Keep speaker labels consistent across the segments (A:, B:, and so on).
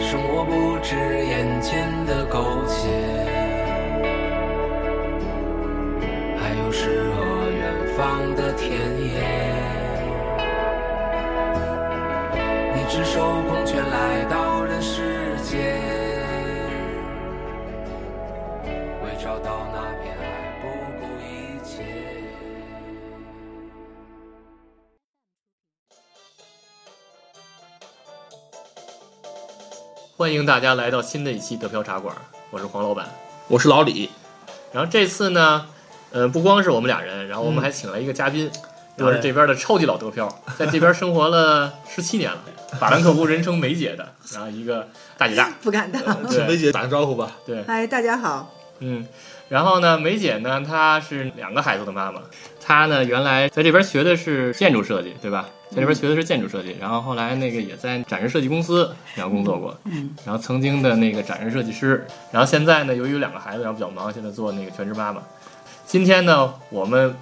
A: 生活不止眼前的苟且，还有诗和远方的田野。你赤手空拳来到人世间，为找到那片爱不顾一切。
B: 欢迎大家来到新的一期德飘茶馆，我是黄老板。
C: 我是老李，
B: 然后这次呢，呃，不光是我们俩人，然后我们还请了一个嘉宾，
C: 嗯
B: 然后是这边的超级老德 漂，在这边生活了十七年了，法兰克福人称梅姐的，然后一个大姐大，
D: 不敢当。
B: 对
C: 请梅姐打个招呼吧。
B: 对，
D: 哎，大家好，
B: 嗯，然后呢，梅姐呢，她是两个孩子的妈妈，她呢原来在这边学的是建筑设计，对吧？在这边学的是建筑设计，然后后来那个也在展示设计公司然后工作过，嗯，然后曾经的那个展示设计师，然后现在呢，由于有两个孩子，然后比较忙，现在做那个全职妈妈。今天呢，我们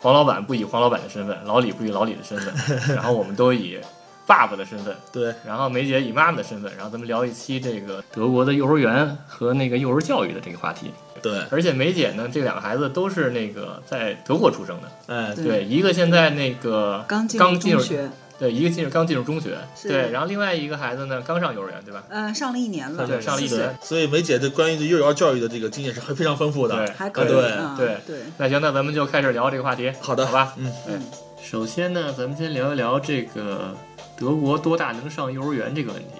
B: 黄老板不以黄老板的身份，老李不以老李的身份，然后我们都以爸爸的身份
C: 对，
B: 然后梅姐以妈妈的身份，然后咱们聊一期这个德国的幼儿园和那个幼儿教育的这个话题。
C: 对，
B: 而且梅姐呢，这两个孩子都是那个在德国出生的，
C: 哎，
D: 对
B: 对，一个现在那个
D: 嗯刚进入
B: 刚
D: 中学，
B: 对，一个进入刚进入中学，
D: 是
B: 对，然后另外一个孩子呢刚上幼儿园，对吧？
D: 呃，上了一年了，
B: 对上了一
D: 四岁
B: 年，
C: 所以梅姐对关于幼儿教育的这个经验是很非常丰富的。
B: 对，
D: 还可以，
C: 对
D: 嗯
B: 啊对
D: 对，
B: 那行，那咱们就开始聊这个话题，
C: 好的，
B: 好吧？
C: 嗯，
D: 嗯，
B: 首先呢，咱们先聊一聊这个德国多大能上幼儿园这个问题。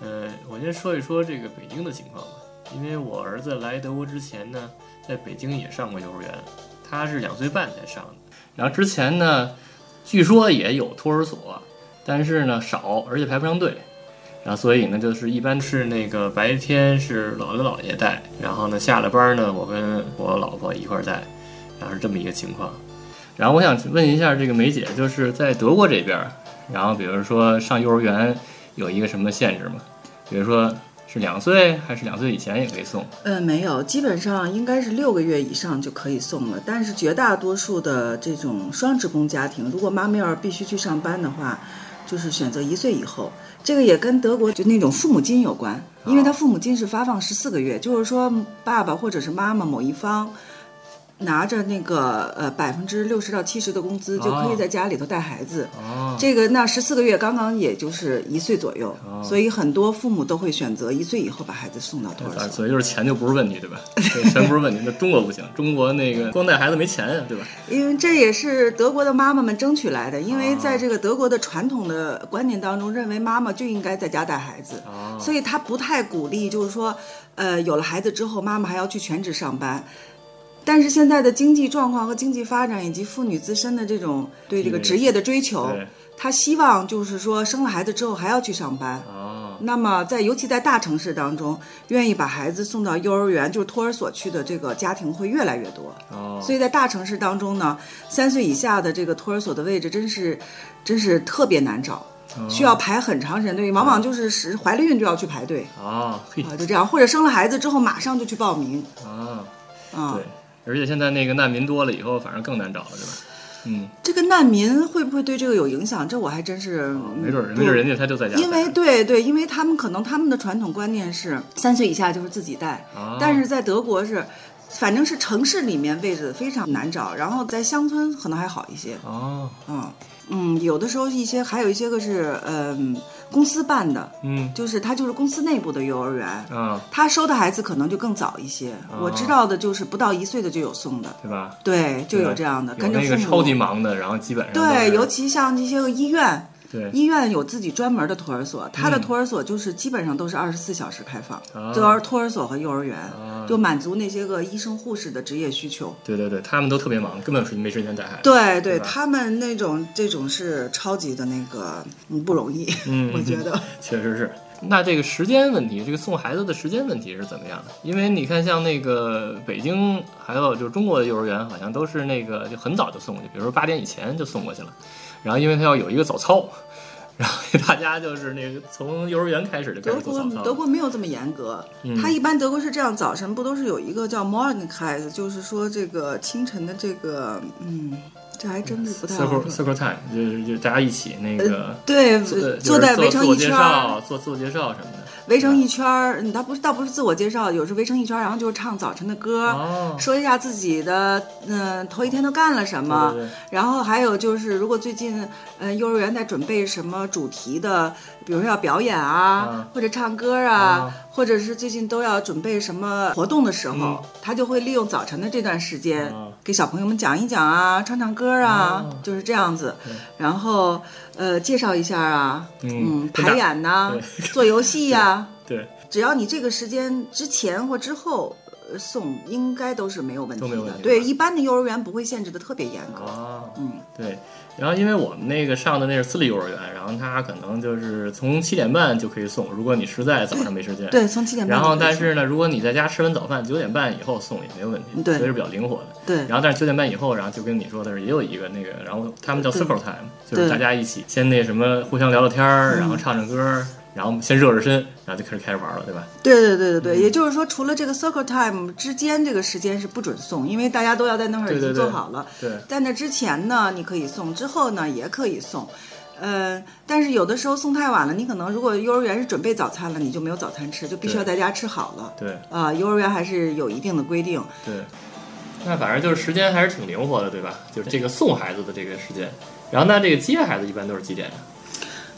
B: 呃，我先说一说这个北京的情况吧，因为我儿子来德国之前呢，在北京也上过幼儿园，他是两岁半才上的。然后之前呢，据说也有托儿所，但是呢少，而且排不上队。然后所以呢，就是一般是那个白天是姥姥姥爷带，然后呢下了班呢，我跟我老婆一块儿带，然后是这么一个情况。然后我想问一下这个梅姐，就是在德国这边儿，然后比如说上幼儿园有一个什么限制吗？比如说是两岁还是两岁以前也可以送？
D: 呃，没有，基本上应该是六个月以上就可以送了。但是绝大多数的这种双职工家庭，如果妈咪要是必须去上班的话，就是选择一岁以后。这个也跟德国就那种父母金有关，因为他父母金是发放十四个月，就是说爸爸或者是妈妈某一方。拿着那个呃百分之六十到七十的工资，就可
B: 哦
D: 以在家里头带孩子。
B: 哦，
D: 这个那十四个月刚刚也就是一岁左右，所以很多父母都会选择一岁以后把孩子送到托儿所。
B: 所以就是钱就不是问题，对吧？对钱不是问题，那中国不行，中国那个光带孩子没钱呀，对吧？
D: 因为这也是德国的妈妈们争取来的，因为
B: 哦
D: 在这个德国的传统的观念当中，认为妈妈就应该在家带孩子，
B: 哦
D: 所以他不太鼓励，就是说，呃，有了孩子之后，妈妈还要去全职上班。但是现在的经济状况和经济发展，以及妇女自身的这种对这个
B: 对
D: 职业的追求，
B: 对，
D: 她希望就是说，生了孩子之后还要去上班。
B: 哦，
D: 那么在尤其在大城市当中，愿意把孩子送到幼儿园，就是托儿所去的这个家庭会越来越多。
B: 哦，
D: 所以在大城市当中呢，三岁以下的这个托儿所的位置真是，真是特别难找，
B: 哦
D: 需要排很长时间队，往往就是是怀了孕就要去排队
B: 哦，嘿，
D: 啊，就这样，或者生了孩子之后马上就去报名
B: 哦，
D: 啊
B: 对。，而且现在那个难民多了以后，反正更难找了，对吧？嗯，
D: 这个难民会不会对这个有影响？这我还真是
B: 哦没准儿，
D: 嗯
B: 没准儿人家他就在家带，
D: 因为对对，因为他们可能他们的传统观念是三岁以下就是自己带，
B: 哦
D: 但是在德国是，反正是城市里面位置非常难找，然后在乡村可能还好一些。
B: 哦，
D: 嗯嗯，有的时候一些还有一些个是嗯公司办的，
B: 嗯，
D: 就是它就是公司内部的幼儿园。
B: 啊，
D: 他收的孩子可能就更早一些，
B: 哦
D: 我知道的就是不到一岁的就有送的，
B: 对吧？
D: 对，就有
B: 对
D: 这样的，
B: 嗯有
D: 跟着
B: 那
D: 父
B: 个
D: 母。
B: 超级忙的，然后基本上都
D: 对，
B: 是
D: 尤其像这些个医院，
B: 对
D: 医院有自己专门的托儿所，它的
B: 嗯
D: 托儿所就是基本上都是二十四小时开放，
B: 啊
D: 托儿托儿所和幼儿园，
B: 啊
D: 就满足那些个医生护士的职业需求。
B: 对对对，他们都特别忙，根本是没时间带孩子。，
D: 对对，
B: 对吧
D: 他们那种这种是超级的那个嗯不容易，
B: 嗯，
D: 我觉得。
B: 确实是。那这个时间问题，这个送孩子的时间问题是怎么样的？因为你看，像那个北京，还有就是中国的幼儿园，好像都是那个就很早就送过去，比如说八点以前就送过去了。然后因为他要有一个早操，然后 大家就是那个从幼儿园开始就开
D: 德
B: 始做
D: 国
B: 早操了。
D: 德国没有这么严格，
B: 嗯
D: 他一般德国是这样，早晨不都是有一个叫 Morgenkai，就是说这个清晨的这个，嗯，这还真的不太好
B: circle
D: 说。
B: circle time 就是就大家一起那个。
D: 对，
B: 呃
D: 坐在围成一圈儿，
B: 就是做自我介绍，做自我介绍什么的。
D: 围成一圈儿，嗯，他不是倒不是自我介绍，有时围成一圈儿，然后就是唱早晨的歌，
B: 哦，
D: 说一下自己的，嗯、头一天都干了什么，
B: 对对对
D: 然后还有就是，如果最近，呃，幼儿园在准备什么主题的，比如说要表演啊，
B: 嗯
D: 或者唱歌啊，
B: 啊
D: 或者是最近都要准备什么活动的时候，
B: 嗯
D: 他就会利用早晨的这段时间，
B: 啊
D: 给小朋友们讲一讲啊，唱唱歌啊，
B: 哦
D: 就是这样子
B: 对。
D: 然后，呃，介绍一下啊，
B: 嗯
D: 嗯，排演呐、
B: 对
D: 做游戏呀、
B: 对
D: 只要你这个时间之前或之后呃送，应该都是没有问题
B: 都没有问
D: 的。
B: 题
D: 对，
B: 吧
D: 一般的幼儿园不会限制的特别严格。
B: 啊，
D: 嗯，
B: 对。然后因为我们那个上的那是私立幼儿园，然后他可能就是从七点半就可以送，如果你实在早上没时间。。
D: 对，从七点半
B: 然
D: 就可以
B: 后，
D: 送。嗯
B: 但是呢，如果你在家吃完早饭，九点半以后送也没有问题，
D: 对
B: 所以是比较灵活的。
D: 对
B: 然后，但是九点半以后，然后就跟你说的是，也有一个那个，然后他们叫
D: 对
B: circle time，就是
D: 对嗯
B: 大家一起先那什么，互相聊聊天儿，然后唱唱歌儿，然后先热热身，然后就开始开始玩了，对吧？
D: 对对对对
B: 嗯
D: 对，也就是说，除了这个 circle time 之间这个时间是不准送，因为大家都要在那会儿
B: 对
D: 已
B: 对
D: 经
B: 对
D: 做好了。
B: 对，
D: 在那之前呢，你可以送；之后呢，也可以送。呃，但是有的时候送太晚了，你可能如果幼儿园是准备早餐了，你就没有早餐吃，就必须要在家吃好了。
B: 对，
D: 啊、幼儿园还是有一定的规定。
B: 对，那反正就是时间还是挺灵活的，对吧？就是这个送孩子的这个时间，然后那这个接孩子一般都是几点呀？啊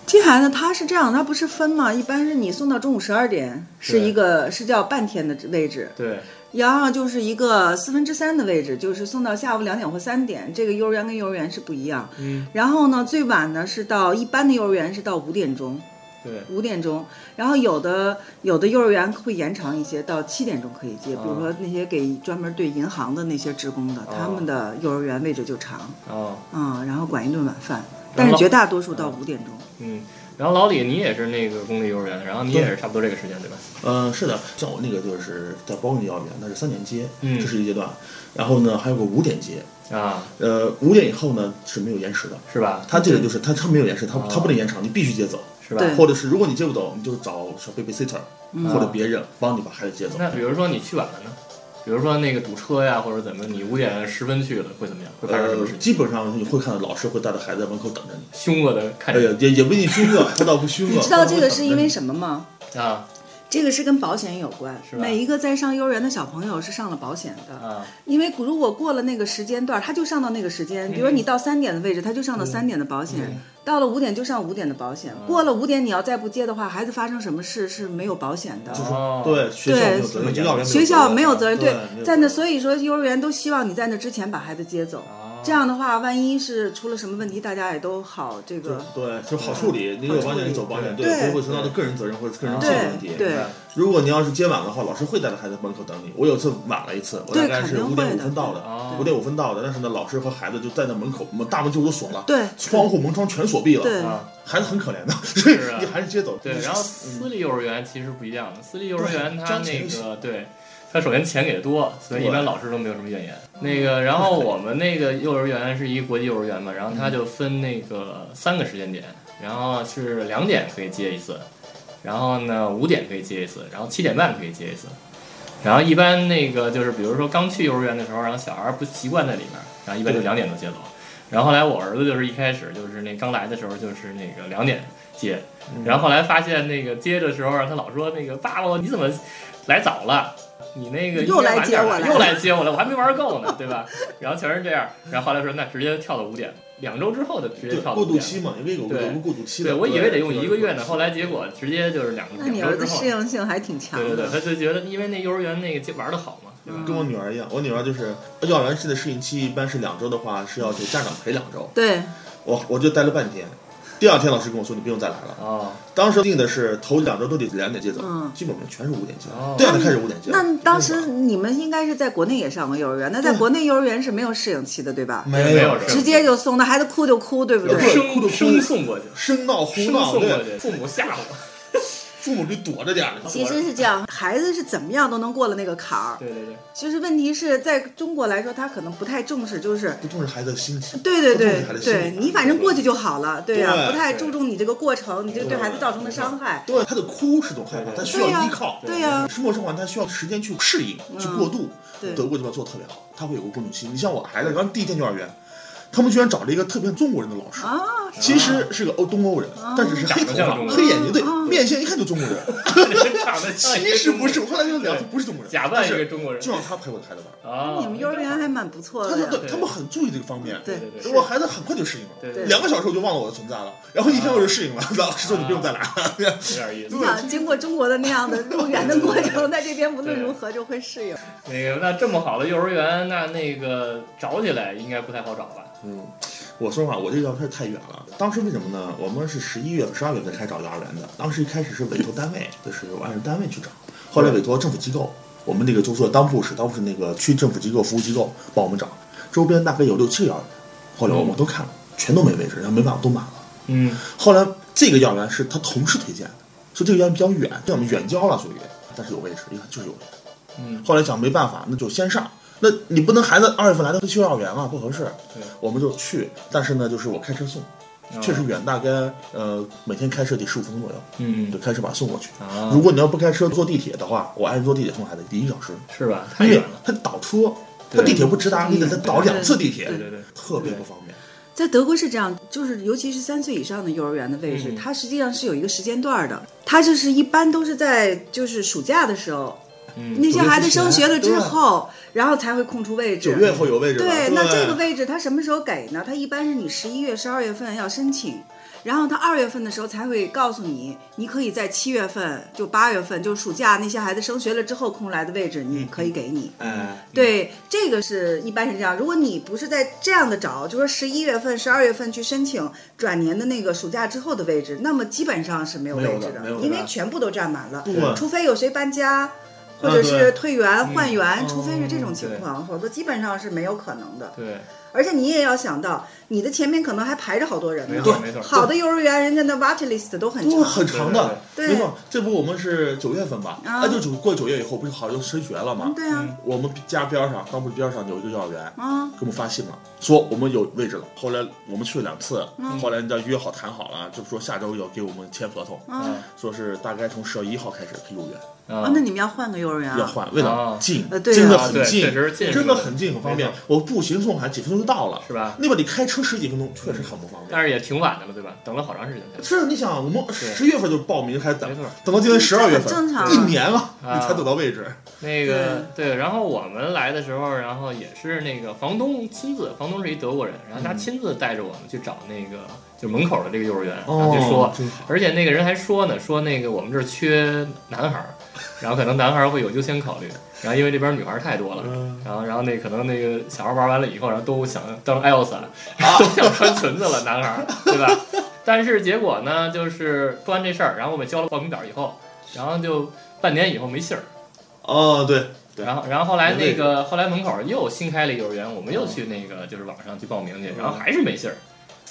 D: 接孩子他是这样，他不是分嘛，一般是你送到中午十二点是
B: 对
D: 一个是叫半天的位置，
B: 对，
D: 然后就是一个四分之三的位置，就是送到下午两点或三点，这个幼儿园跟幼儿园是不一样。
B: 嗯，
D: 然后呢，最晚呢是到一般的幼儿园是到五点钟，
B: 对，
D: 五点钟，然后有的有的幼儿园会延长一些，到七点钟可以接，比如说那些给专门对银行的那些职工的，他们的幼儿园位置就长
B: 哦，
D: 啊、然后管一顿晚饭，
B: 然
D: 但
B: 后
D: 是绝大多数到五点钟。
B: 嗯，然后老李你也是那个公立幼儿园，然后你也是差不多这个时间，对吧？
C: 嗯，是的，像我那个就是在包你幼儿园，那是三点接，
B: 嗯
C: 这是一阶段。然后呢，还有个五点接，
B: 啊，
C: 呃，五点以后呢是没有延时的。
B: 是吧？
C: 他这个就是他他没有延时，他
B: 哦嗯
C: 他不能延长，你必须接走，
B: 是吧？
D: 对
C: 或者是如果你接不走，你就找小 babysitter 或者别人帮你把孩子接走。
B: 嗯
C: 呃
B: 那比如说你去晚了呢？比如说那个堵车呀，或者怎么，你五点十分去了会怎么样？会发生什
C: 呃
B: 么事，情？
C: 基本上你会看到老师会带着孩子在门口等着你。
D: 呃
B: 凶恶的看
C: 哎呀
B: 着，
C: 也也不一定凶恶，他倒不凶恶。
D: 你知道这个是因为什么吗？
B: 你啊
D: 这个是跟保险有关
B: 是。吧
D: 每一个在上幼儿园的小朋友是上了保险的，
B: 啊，
D: 因为如果过了那个时间段，他就上到那个时间。比如你到三点的位置，他就上到三点的保险；到了五点就上五点的保险。过了五点，你要再不接的话，孩子发生什么事是没有保险的。
B: 哦，
C: 对学校没有责任，幼儿园没有责任
D: 学校没有责任，
C: 对，没有
D: 在那，
C: 责任
D: 所以说幼儿园都希望你在那之前把孩子接走，
C: 啊
D: 这样的话，万一是出了什么问题，大家也都好这个。
C: 对，就是好处理，你有保险你走保险，
D: 对
C: 不会存在的个人责任或者个人
B: 对
C: 责任问题。
D: 对
B: 明白
C: 如果你要是接晚的话，老师会带着孩子在门口等你。我有次晚了一次，我大
D: 对
C: 概
D: 肯
C: 是
D: 定
C: 五
D: 会
C: 点五
D: 的
C: 分到的
B: 哦，
C: 五点五分到的，但是呢，老师和孩子就在那门口，门大门就都锁了，
D: 对
C: 窗户门窗全锁闭了，
D: 对
B: 啊，
C: 孩子很可怜的，所以
B: 是啊
C: 你还是接走。
B: 对，然后私立幼儿园其实不一样的，私立幼儿园
C: 对
B: 它
C: 交钱
B: 那
C: 就
B: 个对，它首先钱给的多，所以一
C: 对
B: 般老师都没有什么怨言。那个，然后我们那个幼儿园是一国际幼儿园嘛，然后它就分那个三个时间点，然后是两点可以接一次，然后呢五点可以接一次，然后七点半可以接一次。然后一般那个就是，比如说刚去幼儿园的时候，然后小孩儿不习惯在里面，然后一般就两点多接走。然后后来我儿子就是一开始就是那刚来的时候就是那个两点接，
C: 嗯
B: 然后后来发现那个接的时候，他老说那个爸爸你怎么来早了？你那个
D: 又来
B: 应该晚点吧
D: 接我来
B: 又来接我了，我还没玩够呢，对吧？然后全是这样，然后后来说那直接跳到五点，两周之后的直接
C: 对
B: 跳到
C: 过
B: 五
C: 渡
B: 点。
C: 期嘛，因为有
B: 对
C: 有个过渡期的。
B: 对，我以为得用
C: 对
B: 一个月呢，后来结果直接就是两
D: 那你
B: 两
D: 儿
B: 周
D: 子
B: 之后
D: 适。应性还挺强嗯
B: 对对对，
D: 的。
B: 他就觉得因为那幼儿园那个接玩的好嘛，对吧？
C: 跟我女儿一样，我女儿就是幼儿园式的适应期，一般是两周的话是要给家长陪两周，
D: 对，
C: 我我就待了半天。第二天老师跟我说你不用再来了。
B: 哦，
C: 当时定的是头两周都得两点接走，
D: 嗯
C: 基本上全是五点接
B: 哦，
C: 第二天开始五点接。
D: 那当时你们应该是在国内也上过幼儿园，那在国内幼儿园是没有适应期的，对吧？
C: 没
B: 没有
D: 直接就送，那孩子哭就哭，对不
C: 有
D: 对？
C: 对哭
B: 生
C: 都哭
B: 生送过去，
C: 声闹胡
B: 生
C: 闹，
B: 送过 去，
C: 对，
B: 父母吓唬。
C: 父母就躲着点儿。
D: 其实是这样，孩子是怎么样都能过了那个坎儿，
B: 对对对，
D: 就是问题是在中国来说，他可能不太重视，就是
C: 不重视孩子的心情，
D: 对对
C: 不重视
D: 对
C: 孩子的心
D: 对，
C: 理
D: 你反正过去就好了，对呀、不
C: 对
D: 太
B: 对
D: 注重你这个过程，你这个对孩子造成的伤害。
C: 对他的哭是种害怕，
B: 对对
C: 他需
D: 对呀、啊
C: 要依靠。
D: 对呀、
C: 是陌生环，他需要时间去适应、去过渡。
D: 对
C: 德国这边做的特别好，他会有个过渡期。你像我孩子刚第一天幼儿园，他们居然找了一个特别像中国人的老师，
D: 啊，
C: 其实是个欧东欧人，但只是黑头
B: 长得像
C: 发
B: 中、国
C: 黑眼睛，对
D: 啊，
C: 面相一看就中国人。
B: 长得像一个
C: 其实不是，
B: 中
C: 我后来跟他聊，他不是中国
B: 国人
C: 人，
B: 假扮一个中国人
C: 就让他陪我的孩子玩。
B: 啊。
D: 哎你们幼儿园还蛮不错的
C: 他说
D: 呀。
C: 对，他们很注意这个方面。
D: 对
B: 对对
C: 所以我孩子很快就适应了，
B: 对对，
C: 两个小时我就忘了我的存在了，然后一天我就适应了。老师说你不用再来了，
B: 有点意思
D: 你。想经过中国的那样的入园的过程，在这边无论如何就会适应。
B: 那个，那这么好的幼儿园，那那个找起来应该不太好找吧？
C: 嗯，我说实话，我这个要开始太远了。当时为什么呢？我们是十一月、十二月份开始找幼儿园的。当时一开始是委托单位，就是我按照单位去找，后来委托政府机构，我们那个就是当铺市，当铺是那个区政府机构、服务机构帮我们找。周边大概有六七个幼儿园，后来我们都看了，全都没位置，然后没办法都满了。
B: 嗯，
C: 后来这个幼儿园是他同事推荐的，说这个幼儿园比较远，对我们远郊了属于，但是有位置，一看就是有位置。
B: 嗯，
C: 后来想没办法，那就先上。那你不能孩子二月份来，他去幼儿园啊，不合适。
B: 对啊
C: 我们就去，但是呢，就是我开车送，确实远，大概呃每天开车得十五分钟左右，
B: 嗯，
C: 就开车把他送过去。
B: 啊，
C: 如果你要不开车坐地铁的话，我按坐地铁送孩子，得一个小时，
B: 是吧？太
C: 因
B: 远
C: 为
B: 了，
C: 他倒车，
B: 对
C: 他地铁不直达，你得他倒两次地
B: 对
C: 铁，
B: 对对，
C: 特别不方便。
D: 在德国是这样，就是尤其是三岁以上的幼儿园的位置，
B: 嗯
D: 它实际上是有一个时间段儿的，它就是一般都是在就是暑假的时候，
B: 嗯
D: 那些孩子升学了之
C: 对啊
D: 后，然后才会空出位置。
C: 九月后有位置吧
D: 对，
C: 对，
D: 那这个位置它什么时候给呢？它一般是你十一月、十二月份要申请，然后它二月份的时候才会告诉你，你可以在七月份、就八月份，就暑假那些孩子升学了之后空出来的位置，
B: 嗯
D: 你可以给你。
C: 哎，
D: 对，这个是一般是这样。如果你不是在这样的找，就说十一月份、十二月份去申请转年的那个暑假之后的位置，那么基本上是没有
C: 没
D: 位
C: 有
D: 置
C: 的没有的
D: 因为全部都占满了，
C: 对
D: 除非有谁搬家。或
C: 啊
D: 者
C: 对嗯哦
D: 是退园、换员，
B: 哦
D: 除非是这种情
B: 对
D: 况，否则基本上是没有可能的。
B: 对，
D: 而且你也要想到，你的前面可能还排着好多人
B: 没
D: 呢。
B: 错没错，
D: 好的幼儿园，人家的 watch list 都很
C: 都
D: 长。
C: 很长的，
D: 对
C: 没错。这不我们是九月份吧？
D: 啊
C: 那就九过九月以后，不是好就升学了
D: 嗯
C: 吗？
D: 对啊，
C: 我们家边上，当铺边上有一个幼儿园，
D: 啊，
C: 给我们发信了，说我们有位置了。后来我们去了两次，
D: 嗯
C: 后来人家约好谈好了，就说下周要给我们签合同，
D: 啊
C: 说是大概从十月一号开始可以入园，
B: 啊
D: 啊，那你们要换个幼儿园
C: 要
D: 啊？
C: 换，为了
B: 啊
C: 近，
D: 呃对啊
C: 真的
B: 啊
C: 很
B: 对，
C: 近，
B: 确实近，
C: 真的很近，很方便
B: 没。
C: 我步行送孩子几分钟就到了，
B: 是吧？
C: 那边你开车十几分钟，确实很不方便。
B: 但是也挺晚的了，对吧？等了好长时间才
C: 是你想，我们十月份就报名开始等
B: 没，错。
C: 等到今年十二月
D: 这很
C: 份，
D: 正常
C: 一年了，
B: 啊
C: 你才等到位置。
B: 那个对，然后我们来的时候，然后也是那个房东亲自，房东是一德国人，然后他亲自带着我们去找那个就门口的这个幼儿园，然
C: 哦
B: 后就啊说，
C: 真好，
B: 而且那个人还说呢，说那个我们这儿缺男孩儿，然后可能男孩儿会有优先考虑，然后因为这边女孩儿太多了，
C: 嗯
B: 然后然后那可能那个小孩玩完了以后，然后都想当艾奥萨，都想穿裙子了，男孩儿对吧？但是结果呢，就是说完这事儿，然后我们交了报名表以后，然后就半年以后没信儿，
C: 哦，对，对
B: 然后然后后来那
C: 没
B: 个后来门口又新开了一个幼儿园，我们又去那个就是网上去报名去，然
C: 嗯
B: 后还是没信儿。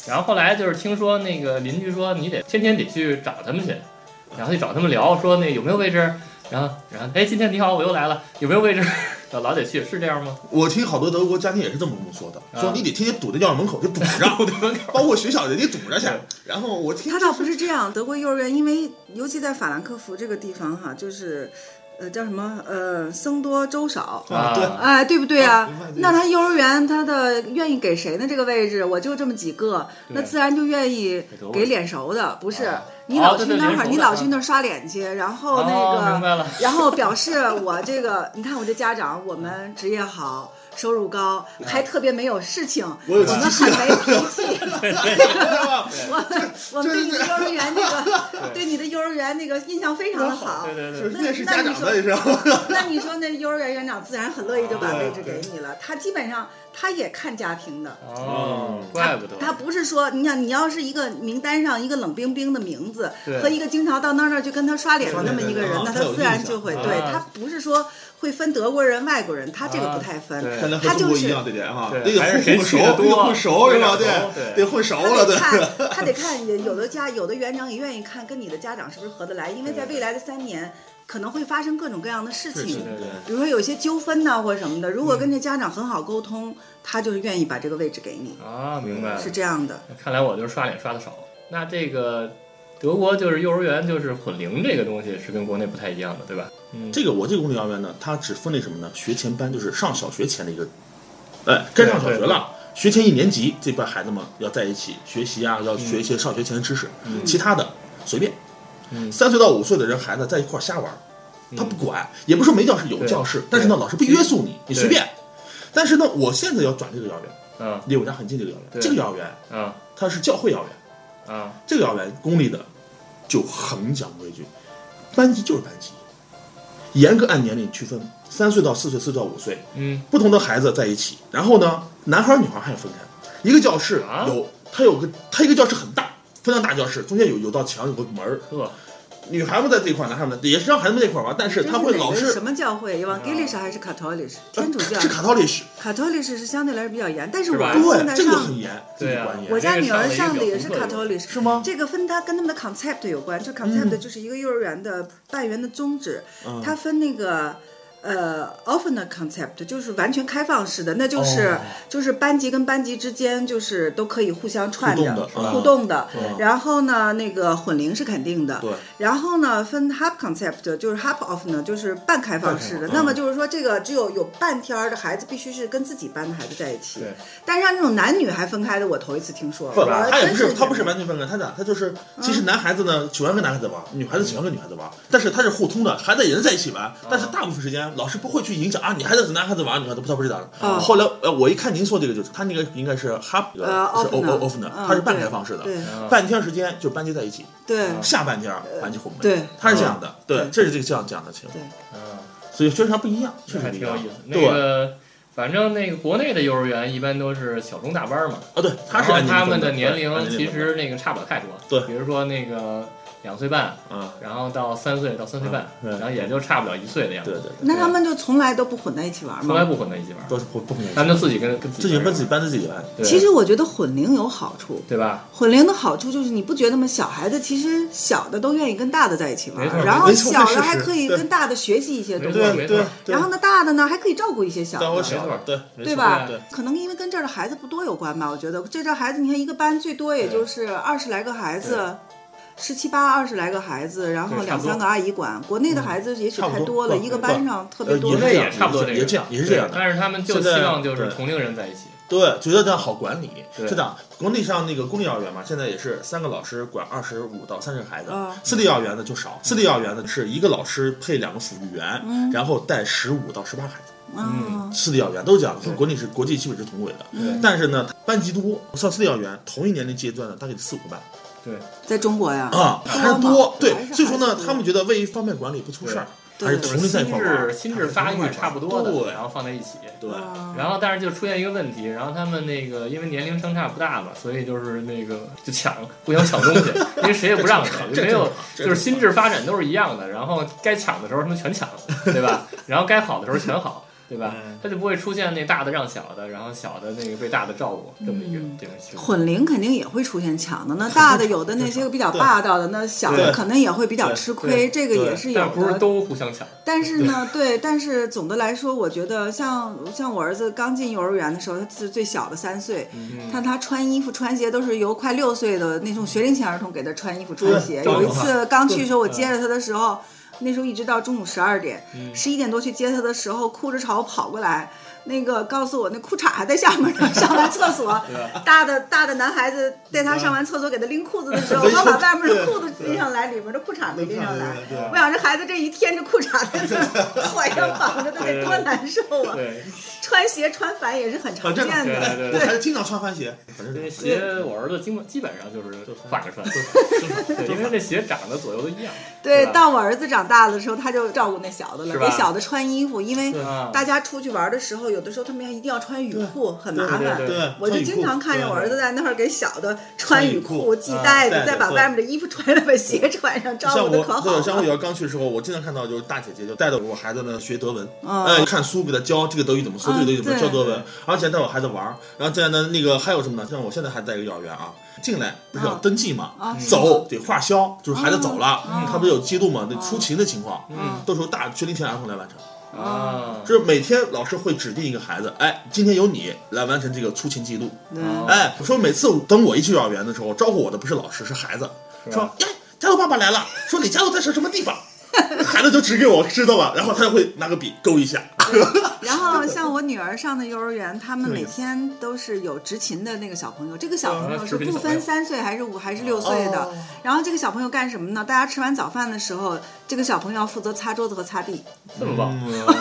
B: 然后后来就是听说那个邻居说你得天天得去找他们去，然后去找他们聊说那有没有位置，然后然后哎今天你好我又来了有没有位置， 然后老得去是这样吗？
C: 我听好多德国家庭也是这么跟我说的，
B: 啊
C: 说你得天天堵在幼儿园门口就堵 着，包括学校也得堵着去
B: 对。
C: 然后我听
D: 他倒不是这样，德国幼儿园，因为尤其在法兰克福这个地方哈，就是，呃，叫什么？呃，僧多粥少。
C: 啊，对，
B: 啊
D: 哎，对不对啊
C: 啊明白这？个
D: 那他幼儿园他的愿意给谁呢？这个位置我就这么几个，
B: 对
D: 那自然就愿意
B: 德国
D: 给脸熟的，不是
B: 啊？
D: 你老
B: 哦对
D: 去
B: 对
D: 那
B: 脸
D: 儿，
B: 熟
D: 你
B: 的
D: 老
B: 啊
D: 去那儿刷脸去，然后
B: 哦
D: 那
B: 明
D: 个，
B: 白了，
D: 然后表示我这个，你看我这家长，我们职业好，收入高，还
B: 嗯
D: 特别没有事情，
C: 我有
D: 我们
C: 积
D: 很
C: 蓄
D: 没脾气。我们 我们对你的幼儿园那个，
B: 对
D: 对你的幼儿园那个印象非常的好
B: 对。对对
C: 是。面 试家长的也是，
D: 那你说那幼儿园园长自然很乐意就把
C: 啊
D: 位置给你了。他基本上他也看家庭的。
B: 哦
C: 嗯，
B: 怪不得
D: 他不是说，你想，你要是一个名单上一个冷冰冰的名字
B: 对
D: 和一个经常到那儿那儿去跟他刷脸的那么一个人，
C: 刷脸
D: 那
C: 的啊他有
D: 自然就会
B: 哦印象
D: 对
B: 啊
D: 他不是说会分德国人、外国人，他这个不太分。
B: 啊
C: 看来和
D: 他就
C: 中国
D: 是
C: 一样，这点哈，
B: 对
C: 得得
B: 还是
C: 混
B: 谁
C: 混
B: 去
C: 熟，
B: 得
C: 得
B: 多
C: 混熟是吧？
B: 混点熟
C: 对，
B: 对哦
C: 得混熟
D: 他
C: 了，
D: 得
C: 对。
D: 看，他得看有有的家有的园长也愿意看跟你的家长是不是合得来，因为在未来的三年可能会发生各种各样的事
B: 是
D: 情，
B: 的对
D: 比如说有些纠纷呐、或者什么的。如果
C: 嗯
D: 跟这家长很好沟通，他就是愿意把这个位置给你，
B: 啊，明
C: 嗯
B: 白了
D: 是。这样的。
B: 看来我就是刷脸刷的少。那这个德国就是幼儿园就是混龄这个东西是跟国内不太一样的，对吧？嗯，
C: 这个我这个公立幼儿园呢，它只分类什么呢？学前班就是上小学前的一个，哎，该上小学
B: 对对
C: 了。学前一年级这帮孩子们要在一起学习啊，要学一些上学前的知识，其他的随便。
B: 嗯
C: 三岁到五岁的人孩子在一块儿瞎玩儿，他不管，也不是说没教室有
B: 对
C: 教室，但是呢，
B: 对
C: 老师不约束你，
B: 对
C: 你随便。但是呢，我现在要转这个幼儿园，
B: 啊
C: 离我家很近这个幼儿园，
B: 对
C: 这个幼儿园
B: 啊
C: 它是教会幼儿园，
B: 啊
C: 这个幼儿园公立的就很讲规矩，班级就是班级，严格按年龄区分，三岁到四岁，四岁到五岁，
B: 嗯
C: 不同的孩子在一起。然后呢，男孩儿女孩儿还要分开，一个教室
B: 啊
C: 有它有个它一个教室很大，非常大教室，中间有有道墙有个门儿，
B: 呵啊
C: 女孩们在这一块，男孩们也是让孩子们在一块玩，但是
D: 这
C: 他
D: 是
C: 会
D: 哪
C: 老
D: 个
C: 是嗯呃
D: 什么教会？Evangelish 还是 Catholic？天主教
C: 是卡套历史，
D: Catholic 是相对来说比较严，但是
B: 是
D: 我
B: 吧
D: 儿子现在
C: 对，这个很
D: 上。
C: 严，这
B: 对
C: 个
B: 啊
C: 观
D: 我
C: 念。
D: 家女儿
B: 这个上
D: 上
B: 了
D: 的
B: 一个
D: 也是
B: 比较独特的
D: Catholic，
C: 是吗
D: 这个分它跟他们的 concept 有关，就 concept 就是一个幼儿园的办园的宗旨，
C: 嗯
D: 它分那个。呃，open concept 就是完全开放式的，那就是、
C: 哦
D: 就是班级跟班级之间就是都可以互相串
C: 互
D: 着
C: 动的是嗯吧
D: 互动的
C: 对
D: 然后呢，那个混龄是肯定的，
C: 对
D: 然后呢，分 half concept 就是 half off 呢，就是半开放式的。
C: 半开放嗯
D: 那么就是说，这个只有有半天儿的孩子必须是跟自己班的孩子在一起。
B: 对。
D: 但是像这种男女还分开的，我头一次听说。
C: 不，
D: 我还
C: 他也
D: 真
C: 不是，
D: 是嗯
C: 他不是完全分开，他咋？他就是，其实男孩子呢喜欢跟男孩子玩，女孩子喜欢跟女孩子玩，但是他是互通的，孩子也能在一起玩，
B: 嗯
C: 但是大部分时间老师不会去影响啊，你孩子是男孩子玩，女孩子不，他不是咋的。
D: 啊
C: 后来呃，我一看您说这个就是，他那个应该是哈，是
D: 呃
C: o
D: open 的
C: open 的，
D: 嗯
C: 他是半开放式的，嗯
D: 对
B: 嗯
C: 半天时间就班级在一起，
D: 对
C: 下半天班级混不
D: 对嗯
C: 他是这样的，对，这是这个这样讲的情况，
B: 啊，
C: 所以非常不一样，确
B: 这
C: 实
B: 还
C: 不一
B: 挺
C: 样
B: 有意思。。那
C: 对，啊
B: 个反正那个国内的幼儿园一般都是小中大班儿嘛，
C: 啊对，他是
B: 然后
C: 按年龄
B: 他们
C: 分
B: 的
C: 的
B: 年
C: 对按
B: 龄
C: 年
B: 其
C: 龄分的
B: 实那个差不了太多。
C: 对
B: 比如说那个两岁半，
C: 啊，
B: 然后到三岁到三岁半，
C: 嗯对
B: 然后也就差不了一岁的样
C: 对
B: 子。
C: 对对，
D: 那他们就从来都不混在一起玩
B: 从来
D: 吗？
B: 不混在一起玩儿，
C: 都是不不
B: 他们就自己跟跟
C: 自己跟自己班自己玩，
B: 对
D: 其实我觉得混龄有好处。
B: 对吧？
D: 混龄的好处就是，你不觉得吗？小孩子其实小的都愿意跟大的在一起玩
B: 没错，
D: 然后
C: 没错
D: 小
C: 是
D: 的还
C: 是
D: 可以
C: 对
D: 跟大的学习一些东
B: 没
D: 西
B: 错，
C: 对
B: 没
C: 对
B: 错，
C: 对
D: 然后呢，大的呢还可以照顾一些小
C: 但我
D: 的。
C: 小
B: 没
C: 了，对没
D: 对
C: 错
D: 吧
C: 对，？
D: 可能因为跟这儿的孩子不多有关吧，我觉得这这孩子，你看一个班最多也就是二十来个孩子，十七八二十来个孩子，然后
B: 对差
D: 两
B: 不多嗯
D: 三个阿姨管。国内的孩子也许
C: 差不
D: 太
C: 多
D: 多了，
C: 不
D: 一个
C: 不
D: 班上特别
C: 呃
D: 多
C: 也。是
B: 那
C: 这样
B: 也差不多
C: 也是这样也是这样的
B: 对但是他们就
C: 现在
B: 希望就是
C: 对
B: 同龄人在一起，
C: 对，觉得这样好管理，
B: 对
C: 是的。国内上那个公立幼儿园嘛，现在也是三个老师管二十五到三十个孩子
D: 啊，
C: 私立幼儿园呢就少，私立幼儿园呢是一个老师配两个辅助员，
D: 嗯
B: 嗯
C: 然后带十五到十八孩子。
D: 啊，
C: 私立幼儿园都是这样的，
B: 对
C: 国内是国际基本是同轨的
B: 嗯
D: 嗯
B: 对，
C: 但是呢班级多，上私立幼儿园同一年龄阶段呢大概得四五个班
B: 对，
D: 在中国呀，
C: 啊，还是
D: 多嘛
C: 多，对
D: 还是，
C: 所以说呢
D: 孩子多
C: 他们觉得为方便管理不出事儿，
D: 对
C: 还是
D: 对
C: 同
B: 就是
C: 龄在一
B: 心
C: 块玩
B: 智
C: 儿，
B: 心
C: 还
B: 智
C: 是
B: 发
C: 同龄
B: 育
C: 在一块
B: 差不多
C: 玩
B: 的，
C: 儿
B: 然后放在一起。
C: 对对。
D: 啊
B: 然后，但是就出现一个问题，然后他们那个因为年龄相差不大嘛，所以就是那个就抢，互相抢东西，因为谁也不让谁，
C: 这
B: 就没有，
C: 这
B: 就是心智发展都是一样的。然后该抢的时候他们全抢，对吧？然后该好的时候全好，对吧？他就不会出现那大的让小的，然后小的那个被大的照顾这么一个
D: 嗯
B: 这种情况。
D: 混龄肯定也会出现抢 的，那大的有的那些个比较
C: 对
D: 霸道的，那小
C: 对
D: 的可能也会比较
C: 对
D: 吃亏，这个
C: 对
D: 也是有
B: 但
D: 的。
B: 不是都互相抢，
D: 但是呢，对，但是总的来说，我觉得像像我儿子刚进幼儿园的时候，他是最小的三岁，
C: 嗯
D: 看他穿衣服穿鞋都是由快六岁的那种学龄前儿童给他穿衣服穿鞋。
C: 对
D: 有一
C: 对
D: 次刚去的时候，我接着他的时候，那时候一直到中午十二点，
C: 嗯
D: 十一点多去接他的时候，哭着朝我跑过来。那个告诉我，那裤衩还在下面呢。上完厕 所，大的大的男孩子带他上完厕所，给他拎裤子的时候，
C: 没
D: 刚
C: 错
D: 把外面的
C: 嗯 对
D: 裤子拎上来，里面的裤衩没拎上来。
C: 对
D: 我想这孩子这一天这裤衩在这 怀上绑着，那得多难受啊！
B: 对，
D: 穿鞋穿反也是很常
C: 很
D: 见
C: 正常
D: 的。
B: 对
C: 我还是经常穿帆鞋，反正
B: 那鞋我儿子基 本基本上就是反着穿，对，因为那鞋长得左右都一样。
D: 对，
B: 吧
D: 到我儿子长长大的时候，他就照顾那小的了，
E: 是吧
D: 给小的穿衣服，因为
E: 啊
D: 大家出去玩的时候，有的时候他们要一定要穿雨裤，很麻烦。
E: 对对
C: 对，
D: 我就
C: 穿雨
D: 经
C: 裤
D: 常看着
C: 对
D: 我儿子在那儿给小的
C: 穿
D: 穿
C: 雨
D: 雨
C: 裤啊
D: 系带
C: 带
D: 子，
C: 着
D: 再把
C: 对
D: 外面的衣服穿上，把鞋穿上，照
C: 像
D: 顾的
C: 我
D: 可好
C: 对，像我
D: 了。
C: 女儿刚去的时候，我经常看到就是大姐姐就带着我孩子呢学德文，
D: 啊
C: 哎，看书给他教这个德语怎么说，这个德语怎么
D: 嗯
C: 教
D: 对
C: 德文，而且带我孩子玩儿，然后这样呢，那个还有什么呢？像我现在还在一个幼儿园啊，进来不是要
D: 嗯
C: 登记嘛，
D: 啊，是吗
C: 走得画销，就是孩子走了，
D: 嗯
C: 他不是有记录嘛，得出勤的情况，
E: 嗯
C: 都是由大学龄前儿童来完成。
E: 啊，
B: 嗯
C: 就是每天老师会指定一个孩子，哎，今天由你来完成这个出勤记录。
D: 对
E: 哦
C: 哎，说每次等我一去幼儿园的时候，招呼我的不是老师，是孩子，
E: 是
C: 说
E: 吧，
C: 哎，佳佑爸爸来了，说你佳佑在什什么地方， 孩子就指给我知道了，然后他就会拿个笔勾一下，
D: 然后像我女儿上的幼儿园，他们
C: 对
D: 每天都是有执勤的那个小朋友，这个小朋友
E: 啊执
D: 是
E: 勤
D: 不
E: 小朋
D: 分
E: 友
D: 三岁还是五还是六岁的
C: 哦。
D: 然后这个小朋友干什么呢？大家吃完早饭的时候，这个小朋友要负责擦桌子和 擦地。
E: 这么
B: 嗯
C: 嗯
E: 棒，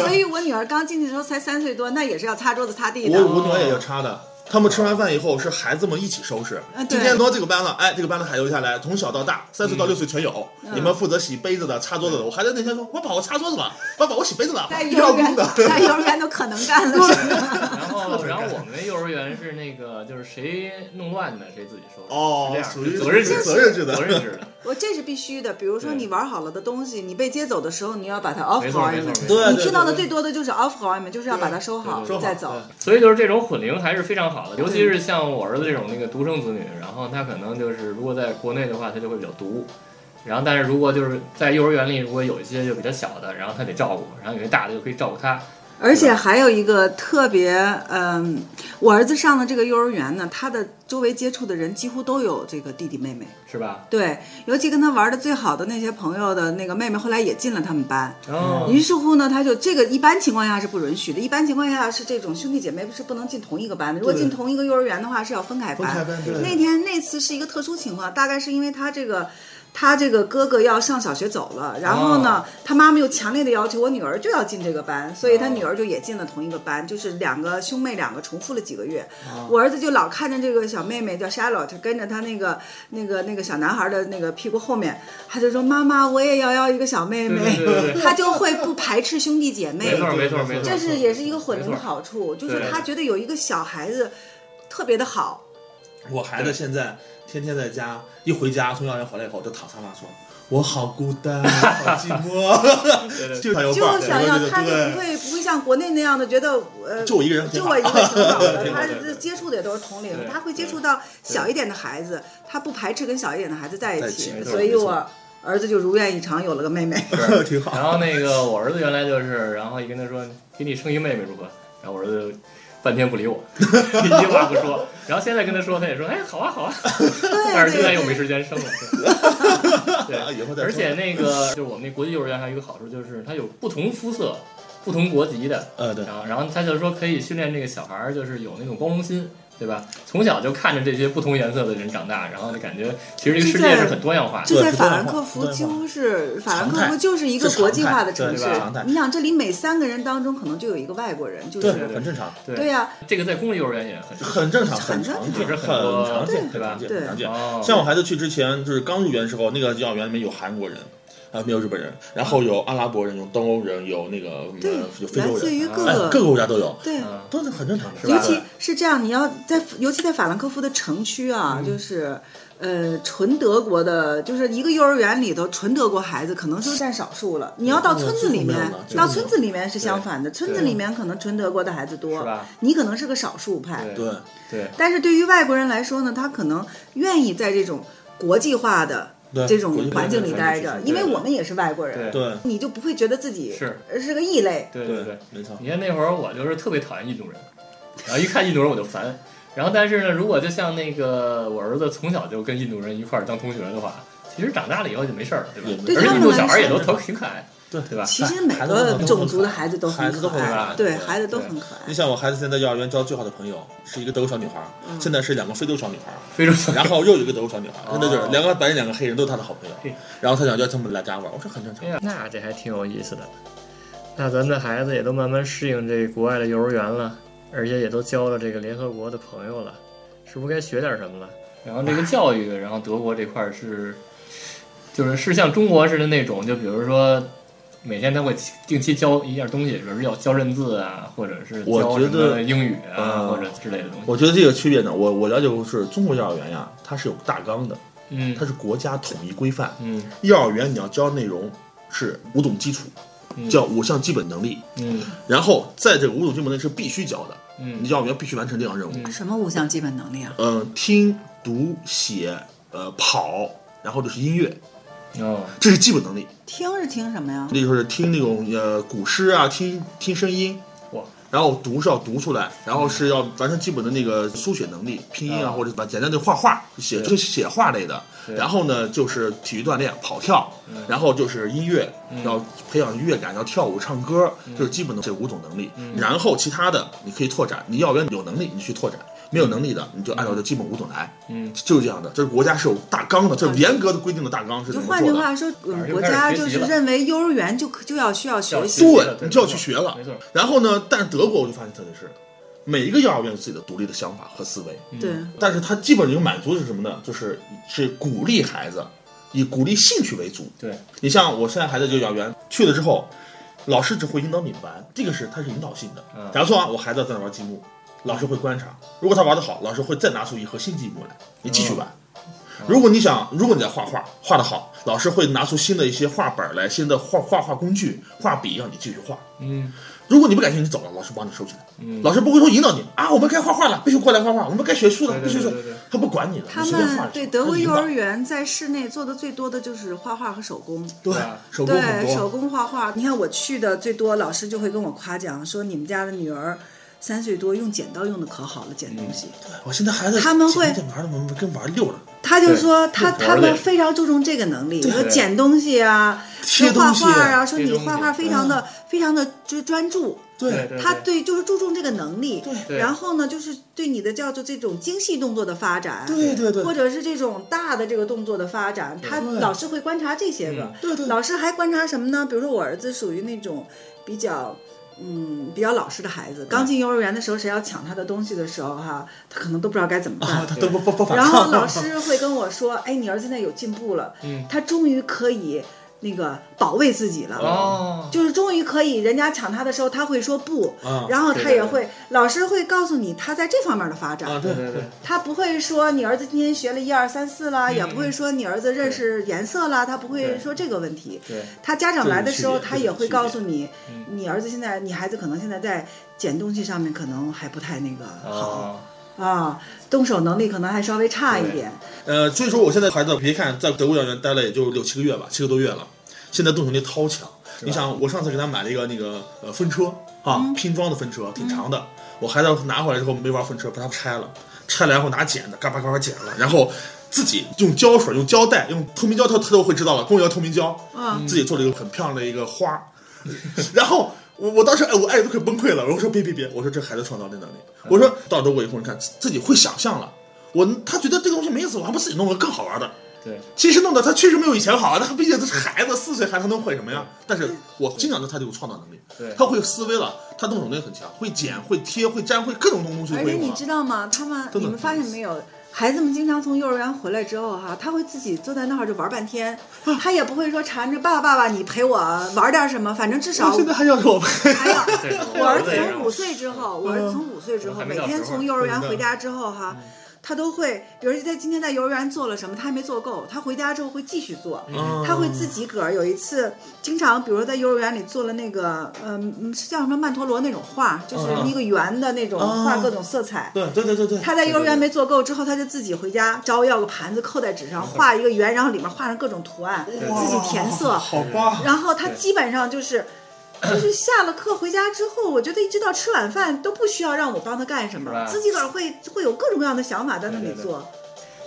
D: 所以我女儿刚进去的时候才三岁多，那也是要擦桌子擦地
C: 我
D: 的。
C: 我女儿也要插的。他们吃完饭以后是孩子们一起收拾
D: 啊。对
C: 今天挪这个班了，哎，这个班的还留下来，从小到大，三岁到
B: 嗯
C: 六岁全有。
D: 嗯
C: 你们负责洗杯子的、擦桌子的。我孩子那天说：“爸爸，我擦桌子吧，爸爸，我洗杯子了。”
D: 在幼
C: 要
D: 儿
C: 命
D: 园，
C: 的。
D: 在幼儿园都可能干了，是吧？
B: 然后，然后我们那幼儿园是那个，就是谁弄乱的谁自己收拾，
C: 哦，
B: 是
C: 属
B: 这样
C: 于
B: 的，责任制，
C: 责任制的
B: 责。任制的，
D: 我这是必须的。比如说
B: 对
D: 你玩好了的东西，你被接走的时候，你要把它
C: 哦
D: off
B: 没错没错
D: garment。
B: 没错。
C: 对，
D: 你听到的
C: 对
D: 最多的就是 off garment，就是要把它收好
B: 对
C: 说好嗯
D: 再走。
B: 所以就是这种混龄还是非常好的，尤其是像我儿子这种那个独生子女，然后他可能就是如果在国内的话，他就会比较独。然后，但是如果就是在幼儿园里，如果有一些就比较小的，然后他得照顾，然后有些大的就可以照顾他。
D: 而且还有一个特别，嗯，我儿子上的这个幼儿园呢，他的周围接触的人几乎都有这个弟弟妹妹。
B: 是吧？
D: 对，尤其跟他玩的最好的那些朋友的那个妹妹，后来也进了他们班。
C: 嗯
B: 哦，
D: 于是乎呢，他就这个一般情况下是不允许的，一般情况下是这种兄弟姐妹是不能进同一个班的。如果
C: 对
D: 进同一个幼儿园的话，是要分开
C: 分开班对
D: 啊那天那次是一个特殊情况，大概是因为他这个。他这个哥哥要上小学走
B: 哦
D: 了，然后呢，他妈妈又强烈的要求我女儿就要进这个
B: 哦
D: 班，所以他女儿就也进了同一个班，就是两个兄妹两个重复了几个月。
B: 哦
D: 我儿子就老看着这个小妹妹叫 Charlotte，跟着他那个那个那个小男孩的那个屁股后面，他就说妈妈我也要要一个小妹
B: 对
D: 妹，
B: 对对对对
D: 他就会不排斥兄弟姐妹。
B: 没错没错没错，
D: 这是也是一个混龄
B: 没
D: 的
B: 错
D: 好处，就是
B: 对
D: 他觉得有一个小孩子特别的好，
C: 我孩子现在天天在家，一回家从幼儿园回来以后就躺沙发说：“我好孤单， 我好寂寞。
B: 对对”对
C: 就想 要
D: 就
C: 伴儿
D: 想要
C: 对对
D: 他就
C: 对
D: 不会不会像国内那样的觉得呃
C: 就我一个人挺
D: 就
C: 好，
D: 我一个挺 好的，
B: 对
D: 他
B: 对对
D: 接触的也都是同龄
B: 对，
D: 他会接触到小一点的孩子，他不排斥跟小一点的孩子在
C: 在
D: 一
C: 一起
D: 起
C: 没，错
D: 所以
C: 没错
D: 我儿子就如愿以偿有了个妹妹。
C: 挺好。
B: 然后那个我儿子原来就是，然后一跟他说给你生一妹妹如何，然后我儿子半天不理我，一句话不说。然后现在跟他说，他也说哎好啊好啊， 但是现在又没时间生了。对，
C: 啊，以后再
B: 而
C: 说
B: 且那个就是我们那国际幼儿园还有一个好处，就是它有不同肤色、不同国籍的，
C: 呃，对，
B: 然后然后他就说可以训练这个小孩儿，就是有那种包容心，对吧？从小就看着这些不同颜色的人长大，然后就感觉其实这个世界是很多样化的。
D: 这
C: 对
D: 在
C: 不
D: 法
C: 断
D: 兰
C: 化
D: 克
C: 不
D: 福
C: 断
D: 几
C: 化
D: 乎是法兰
C: 常
D: 克
C: 态
D: 福就是一个
C: 是
D: 国
C: 常
D: 际
C: 态
D: 化的
C: 对
D: 城
B: 是
D: 市
B: 吧
C: 常态。
D: 你想，这里每三个人当中可能就有一个外国人，就是
C: 对，很正常，
D: 对呀、
B: 这个在公立幼儿园也很
C: 很正常，很
D: 很正
C: 常
D: 常
C: 见，
B: 就是
C: 很
B: 很多
C: 常见，很
B: 对
C: 常
B: 吧
C: 见，
D: 对
C: 很常见。
B: 哦
C: 像我孩子去之前，就是刚入园的时候，那个幼儿园里面有韩国人，啊，没有日本人，然后有阿拉伯人，有东欧人，有那个
D: 对
C: 呃，有非
D: 来
C: 洲
D: 自
C: 人，
D: 于各
C: 哎
D: 个、，
C: 各个国家都有，
D: 对。
B: 嗯
C: 都是很正常的，是
D: 尤
C: 吧？
D: 其是这样，你要在，尤其在法兰克福的城区啊，
C: 嗯
D: 就是，呃，纯德国的，就是一个幼儿园里头，纯德国孩子可能是占少数了。你要
C: 嗯
D: 到村子里
C: 几乎没有
D: 面
C: 了几，乎
D: 到
C: 没有
D: 村子里面是相反的，村子里面可能纯德国的孩子多，
B: 是吧
D: 你可能是个少数派。
B: 嗯对
C: 对，
B: 对
D: 但是对于外国人来说呢，他可能愿意在这种国际化的
C: 对
D: 这
C: 国
D: 种
C: 际化
D: 环境里
C: 的
D: 待
C: 环
D: 着，
C: 境
D: 因为
B: 对
D: 我们也是外国人，
B: 对
C: 对
D: 你就不会觉得自己
B: 是
D: 是个异类。
B: 对对对。
C: 没错，
B: 你看那会儿我就是特别讨厌印度人，然后一看印度人我就烦。然后但是呢，如果就像那个我儿子从小就跟印度人一块儿当同学的话，其实长大了以后就没事儿了，对吧
C: 也？没
D: 对
B: 而且
D: 他
B: 印
D: 们
B: 度
D: 来
B: 小孩儿也
D: 说
B: 都特挺可爱，
C: 对
B: 对吧？
D: 其实每
C: 孩子们
D: 个
C: 都
D: 种族的
C: 很可爱
D: 孩子都
C: 孩
D: 很
C: 子都
D: 可
C: 很可
D: 爱
C: 爱，
D: 对，
C: 对
D: 孩子都
B: 对
D: 很可
C: 你
D: 爱。
C: 像我孩子现在幼儿园交最好的朋友是一个德国小女孩，
D: 嗯
C: 现在是两个非洲小女孩，
B: 非洲小孩
C: 然后又有一个德国小女孩，
B: 哦
C: 真的就是两个白人，两个黑人，都是他的好朋友
B: 嘿。
C: 然后他想叫他们来家玩，我说很正常。
B: 儿，哎那这还挺有意思的。那咱们的孩子也都慢慢适应这国外的幼儿园了，而且也都交了这个联合国的朋友了，是不是该学点什么了？然后这个教育，然后德国这块儿是就是是像中国似的那种，就比如说每天他会定期教一样东西，比如要教认字啊，或者是
C: 我
B: 教
C: 觉
B: 什么
C: 得
B: 英语啊，
C: 嗯
B: 或者之类的东西。
C: 我觉得这个区别呢，我我了解过是中国幼儿园呀，它是有大纲的，
B: 嗯
C: 它是国家统一规范。
B: 嗯
C: 幼儿园你要教内容是五种基础，
B: 嗯
C: 叫五项基本能力，
B: 嗯
C: 然后在这个五种基本能力是必须教的，
B: 嗯
C: 你幼儿园必须完成这项任务。
B: 嗯
D: 什么五项基本能力啊？
C: 嗯、听、读、写、呃跑，然后就是音乐，
B: 哦
C: 这是基本能力。
D: 听是听什么呀？
C: 那就是听那种呃古诗啊，听听声音，
B: 哇，
C: 然后读是要读出来，然后是要完成基本的那个书写能力、拼音啊，
B: 啊
C: 或者把简单的画画写
B: 对
C: 这个写画类的。
B: 对
C: 然后呢，就是体育锻炼、跑跳，
B: 嗯
C: 然后就是音乐，
B: 嗯
C: 要培养乐感，要跳舞、唱歌，就是基本的这五种能力。
B: 嗯
C: 然后其他的你可以拓展，你要不然你有能力你去拓展，没有能力的你就按照这基本五种来，
B: 嗯
C: 就是这样的。这是国家是有大纲的，这是严格的规定的大纲是
D: 嗯
C: 怎
D: 就
C: 么
D: 换
C: 做
D: 句
C: 的。
D: 话说，
B: 哪
D: 嗯
B: 儿就
D: 国
B: 开始
D: 家
B: 学
D: 就
B: 习
D: 是
B: 了
D: 认为幼儿园就可就要需要学习。
B: 学了
C: 对，
B: 对
C: 你就要去学了
B: 没。错，
C: 然后呢，但是德国我就发现特别是，每一个幼儿园有自己的独立的想法和思维，
B: 嗯
D: 对，
C: 但是它基本上满足的是什么呢？就是是鼓励孩子以鼓励兴趣为主。
B: 对，
C: 你像我现在孩子就幼儿园去了之后，老师只会引导你玩，这个是它是引导性的。
B: 嗯
C: 假如说啊，我孩子在那玩积木，老师会观察，如果他玩得好，老师会再拿出一盒新积木来，你继续
B: 嗯
C: 玩。如果你想，如果你在画画，画得好，老师会拿出新的一些画本来，新的画画画工具、画笔，让你继续画。
B: 嗯
C: 如果你不感兴趣，你走了，老师帮你收起来。
B: 嗯，
C: 老师不会说引导你啊，我们该画画了，必须过来画画，我们该学书了，
B: 对对
C: 必须
B: 对
C: 学
B: 对。对，
C: 他不管你了，
D: 他
C: 你随便画
D: 们
C: 着。
D: 对德国
C: 他引
D: 幼
C: 导
D: 儿园在室内做的最多的就是画画和手工。
C: 对
B: 啊
C: 手工很
D: 对手
C: 多，
D: 工画画，你看我去的最多，老师就会跟我夸奖说你们家的女儿三岁多用剪刀用的可好了，剪东西。
C: 我现在孩子
D: 他们会
C: 现在玩的跟玩溜了，
D: 他就说
B: 对
D: 他
B: 就玩
D: 他
B: 儿
D: 们
B: 得
D: 非常注重这个能力，说
B: 对
D: 剪东西啊，
C: 贴
D: 说画
C: 东西
D: 画啊，说
B: 贴
D: 你
B: 东西
D: 画画非常的非常的就专注，
B: 对
C: 对
B: 对
D: 他
B: 对
D: 对就是注重这个能力，
B: 对
D: 然后呢就是对你的叫做这种精细动作的发展，
C: 对对
D: 或
C: 对
D: 者是这种大的这个动作的发展，他
C: 对嗯
D: 老师会观察这些个。
C: 对对，
D: 老师还观察什么呢？比如说我儿子属于那种比较。嗯，比较老实的孩子，
C: 嗯
D: 刚进幼儿园的时候，谁要抢他的东西的时候，哈，他可能都不知道该怎么办。
C: 啊，他都不不不反
D: 然后
C: 抗。
D: 老师会跟我说：“哎，你儿子现在有进步了，
B: 嗯
D: 他终于可以那个保卫自己了，
B: 哦，
D: 就是终于可以，人家抢他的时候，他会说不，
C: 啊
D: 然后
B: 对
D: 他
B: 对
D: 也
B: 对
D: 会，老师会告诉你他在这方面的发展。
C: 啊，
B: 对
C: 对
B: 对对，
D: 他不会说你儿子今天学了一二三四啦，
B: 嗯
D: 也不会说你儿子认识颜色啦，他不会
B: 对
D: 说这个问题。
B: 对
D: 他家长来的时候，
C: 这种区别
D: 他也会告诉你
B: 嗯，
D: 你儿子现在，你孩子可能现在在捡东西上面可能还不太那个好
B: 哦，
D: 啊，动手能力可能还稍微差一点。
C: 呃，所以说我现在孩子，别看在德国幼儿园待了也就六七个月吧，七个多月了，现在动手能力超强。你想，我上次给他买了一个那个呃分车
D: 嗯
C: 啊，拼装的分车，挺长的。我孩子拿回来之后没玩分车，把它拆了，拆了然后拿剪子，嘎巴嘎巴剪了，然后自己用胶水、用胶带、用透明胶，他他都会知道了，工业透明胶，
D: 啊，
C: 自己做了一个很漂亮的一个花儿，然后。我我当时哎，我爱的都快崩溃了。我说别别别，我说这孩子创造力能力，我说到德国以后，你看自自己会想象了。我他觉得这个东西没意思，我还不自己弄个更好玩的。
B: 对，
C: 其实弄得他确实没有以前好啊，他毕竟他是孩子，四岁孩子他能会什么呀？但是我经常说他就有创造能力，
B: 对
C: 他会思维了，他动手能力很强，会剪、会贴、会粘、会各种东西
D: 而
C: 会
D: 且
C: 用
D: 你
C: 啊
D: 知。道吗？他们
C: 真的
D: 你们发现没有？孩子们经常从幼儿园回来之后哈、他会自己坐在那儿就玩半天，
C: 啊
D: 他也不会说缠着爸爸爸爸，你陪我玩点什么，反正至少
C: 我现在还要给 我拍，
D: 还有，
B: 对
D: 我儿子
B: 对嗯
D: 从五岁之后，我儿子从五岁之后，
B: 还
D: 每
B: 没到
D: 天
B: 时候
D: 从幼儿园回家之后哈，
C: 嗯
D: 他都会，比如他今天在幼儿园做了什么，他还没做够，他回家之后会继续做。
C: 嗯
D: 他会自己个儿有一次，经常比如说在幼儿园里做了那个，嗯，嗯是叫什么曼陀罗那种画，就是
C: 嗯
D: 一个圆的那种
C: 哦
D: 画各种色彩。
C: 对对对对对，
D: 他在幼儿园没做够之后，他就自己回家找我要个盘子扣在纸上，画一个圆，然后里面画上各种图案，自己填色
C: 哇。好吧。
D: 然后他
B: 对
D: 基本 上就是，就是下了课回家之后，我觉得一直到吃晚饭都不需要让我帮他干什
B: 是吧
D: 么，自己个儿会会有各种各样的想法在那里
B: 对对对
D: 做。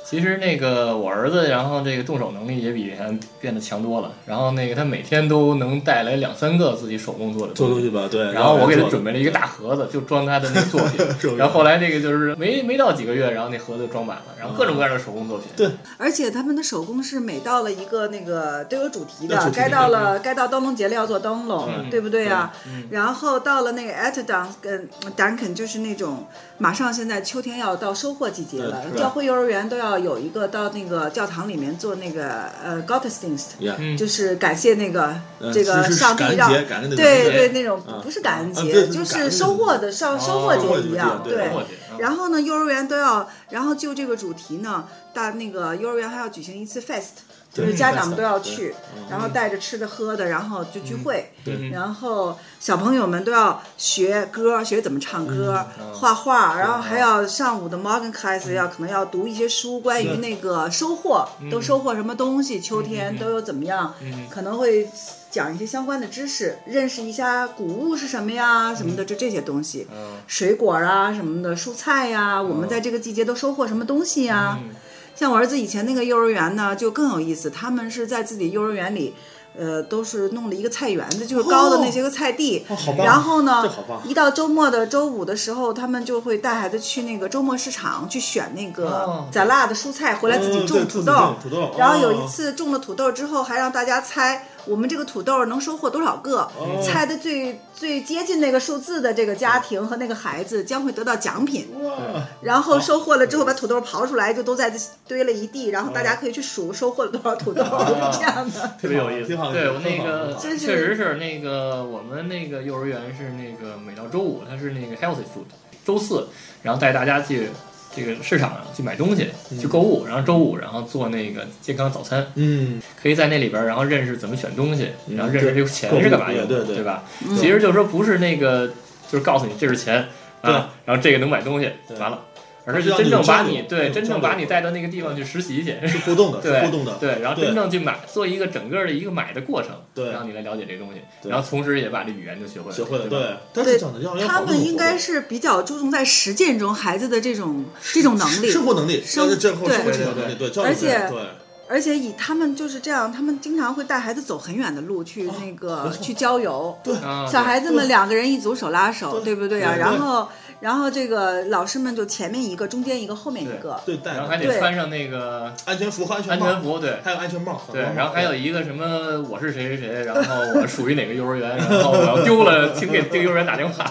B: 其实那个我儿子，然后这个动手能力也比以前变得强多了。然后那个他每天都能带来两三个自己手工做的
C: 做
B: 东
C: 东
B: 西。
C: 西吧，对。
B: 然后我给他准
C: 备，
B: 备了一个大盒子，就装他的那个作
C: 手
B: 品。
C: 工
B: 然后后来这个就是没没到几个月，然后那盒子就装满了，然后各种各样的手工作品。
C: 对
D: 而且他们的手工是每到了一个那个都有主题
C: 有主
D: 的，
C: 题嗯
D: 该到了该到灯笼节了要做灯笼，
B: 嗯
D: 对不对啊？
B: 嗯
D: 然后到了那个 at 呃 d u n 跟 Duncan 就是那种马上现在秋天要到收获季节了
C: 对，是吧
D: 教会幼儿园都要到有一个到那个教堂里面做那个呃 Gottesdienst，
C: 呀，
B: 嗯
D: 就是感谢那个
C: 呃
D: 这个
C: 是是
D: 上帝
C: 感恩
D: 让
C: 节感恩的
D: 对
C: 感
D: 对
C: 恩
D: 那种
C: 啊
D: 不是感恩
C: 啊对
D: 节，就
C: 感恩
D: 是
C: 的
D: 收获的上收获节一样，
C: 对
B: 对，
C: 收获
B: 节
D: 然后呢，幼儿园都要，然后就这个主题呢，大那个幼儿园还要举行一次 fest，就
C: 对
D: 是家长
C: fest，
D: 们都要去
C: 对嗯，
D: 然后带着吃的喝的，然后就聚会，
B: 对
D: 然后小朋友们都要学歌，学怎么唱歌、
C: 嗯
D: 画画，然后还要上午的 morning class 要可能要读一些书，关
C: 嗯
D: 于那个收获，都收获什么东西，秋天都有怎么样，
C: 嗯
D: 可能会讲一些相关的知识，认识一下谷物是什么呀，什么的，就这些东西。
B: 嗯
D: 水果啊什么的，蔬菜呀、我们在这个季节都收获什么东西呀、
B: 嗯
D: 像我儿子以前那个幼儿园呢，就更有意思，他们是在自己幼儿园里，呃，都是弄了一个菜园子，
B: 哦
D: 就是高的那些个菜地。
C: 哦，好棒！
D: 然后呢
C: 这好棒，！啊
D: 一到周末的周五的时候，他们就会带孩子去那个周末市场去选那个
B: 哦
D: 咱辣的蔬菜，回来自己
C: 嗯
D: 种
C: 对
D: 土
C: 自己
D: 豆。
C: 种土豆
D: 然后有一
C: 哦
D: 次种了土豆之后，还让大家猜我们这个土豆能收获多少个，
C: 哦
D: 猜的最最接近那个数字的这个家庭和那个孩子将会得到奖品。
C: 哦哇，
D: 然后收获了之后，把土豆刨出来，就都在堆了一地，然后大家可以去数收获了多少土豆，
C: 哦
D: 这样的。
B: 特别有意思。
C: 挺好
B: 对
C: 挺
B: 我
C: 好
B: 那
C: 挺
B: 个
C: 好
B: 确
D: 真是
B: 实是那个我们那个幼儿园是那个每到周五它是那个 healthy food，周四然后带大家去这个市场上去买东西、去购物，然后周五然后做那个健康早餐，
C: 嗯，
B: 可以在那里边儿然后认识怎么选东西，
C: 嗯
B: 然后认识这个钱是干嘛用的，
C: 对对对
B: 对吧？其实就是说不是那个就是告诉你这是钱
C: 对
B: 啊，然后这个能买东西
C: 对
B: 完了，
C: 它
B: 而
C: 是
B: 是
C: 让
B: 真
C: 你
B: 正
C: 交
B: 把
C: 流
B: 你
C: 让
B: 对
C: 你
B: 真
C: 交
B: 正把
C: 流
B: 你带到那个地方去实习去。
C: 是互动的，
B: 对
C: 是互动的，
B: 对，然后
C: 对
B: 真正去买，做一个整个的一个买的过程，
C: 对
B: 让你来了解这个东西，
C: 对
B: 然后同时也把这语言就学会了，
C: 学会了，
B: 对吧，
C: 对。但是讲的要要
D: 他
C: 保证
D: 们应
C: 活
D: 该
C: 动
D: 是比较注重在实践中孩子的这种这种能力，
C: 生活能力，
D: 生
C: 这这后生活
D: 对
C: 技能能力，对，教育
D: 而
C: 能力
D: 且
C: 对。
D: 而且以他们就是这样，他们经常会带孩子走很远的路
C: 哦
D: 去那个、去郊游。
C: 对
B: 啊，
D: 小孩子们两个人一组手拉手，对
C: 对
D: 不对啊？
C: 对对
D: 然后，然后这个老师们就前面一个，中间一个，后面一个。
C: 对，
B: 对，
C: 戴
B: 然后还
C: 着
B: 得穿上那个
C: 安全服和安全
B: 安
C: 帽，
B: 全服，对。
C: 还有安全帽，
B: 对，
C: 防风
B: 然后
C: 帽
B: 还有一个什么，我是谁谁谁，然后我属于哪个幼儿园，然后我要丢了，请给这个幼儿园打电话。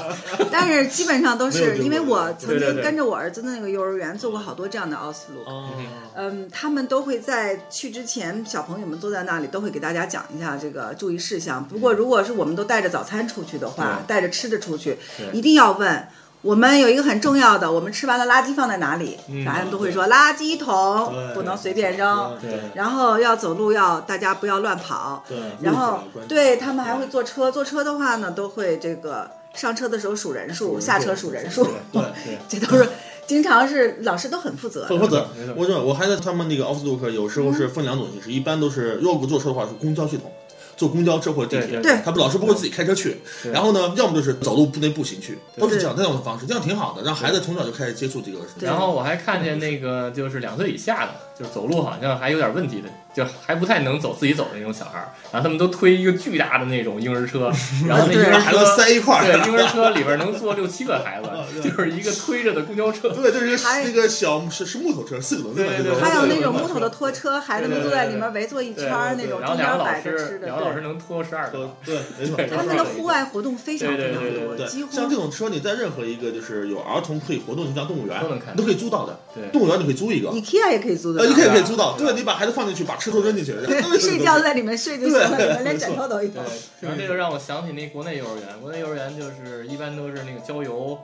D: 但是基本上都
C: 没有
D: 是
C: 这个
D: 因为我曾
B: 对对
D: 经
B: 对
D: 跟着我儿子的那个幼儿园做过好多这样的奥斯陆。
C: 哦
D: 嗯，他们都会在去之前，小朋友们坐在那里，都会给大家讲一下这个注意事项。不过，如果是我们都带着早餐出去的话，带着吃的出去，一定要问。我们有一个很重要的，我们吃完了垃圾放在哪里？答案都会说垃圾桶
C: 对
D: 不能随便扔，
C: 对
D: 然后要走路要大家不要乱跑，
C: 对，
D: 然
C: 路
D: 后
C: 口的关
D: 对
C: 系
D: 他们还会坐车，坐车的话呢，都会这个上车的时候数人数，下车数人数，
C: 对对。
D: 这都是经常是老师都很负责 的。
C: 很负责
B: 没错，
C: 我说我还在他们那个 office look 有时候
D: 嗯
C: 是分两种形式，一般都是如果坐车的话是公交系统，坐公交车或者地铁，
B: 对对
D: 对
C: 他们老师不会自己开车去，然后呢，要么就是走路不那步行去，都是
D: 对
C: 这样这样的方式，这样挺好的，让孩子从小就开始接触这个。
D: 对
B: 然后我还看见那个就是两岁以下的，就是走路好像还有点问题的，就还不太能走自己走的那种小孩儿，然后他们都推一个巨大的那种婴儿车，然后那婴
D: 对
B: 儿
C: 孩子
B: 车
C: 塞一块
B: 对，
C: 儿，啊哦
B: 婴儿车里边能坐六七个孩 子，就是一个推着的公交车。
C: 对，这是一个
D: 还
C: 那个小是是木头车，四个轮子的
B: 对
C: 那
B: 对
C: 种，
B: 对
D: 还有那种木头的拖车，孩子
B: 对
D: 们
B: 对
D: 坐
B: 对
D: 在里面围坐 一圈儿，那
C: 对对对
D: 种
B: 然后
D: 中
B: 两
D: 间
B: 个老
D: 摆着
B: 师
D: 吃，的，
B: 两个老师
D: 对。
B: 能拖十二个。
C: 对，没错，
B: 对
D: 他们的户外活动非常非常
B: 对对对
D: 多，
C: 对，
D: 几乎
C: 像这种车，你在任何一个就是有儿童可以活动，你像动物园
B: 都能看
C: 你都可以租到的。
B: 对
C: 动物园你可以租一个，
D: IKEA 也可以租的
C: 呃，你可
D: 吧。
C: 以可以租到。对，你把孩子放进去，把吃都扔进去，然后
D: 对，睡觉在里面睡就行了，
C: 对
D: 里面连枕头都有
B: 对。，然后这就让我想起那国内幼儿园，国内幼儿园就是一般都是那个郊游，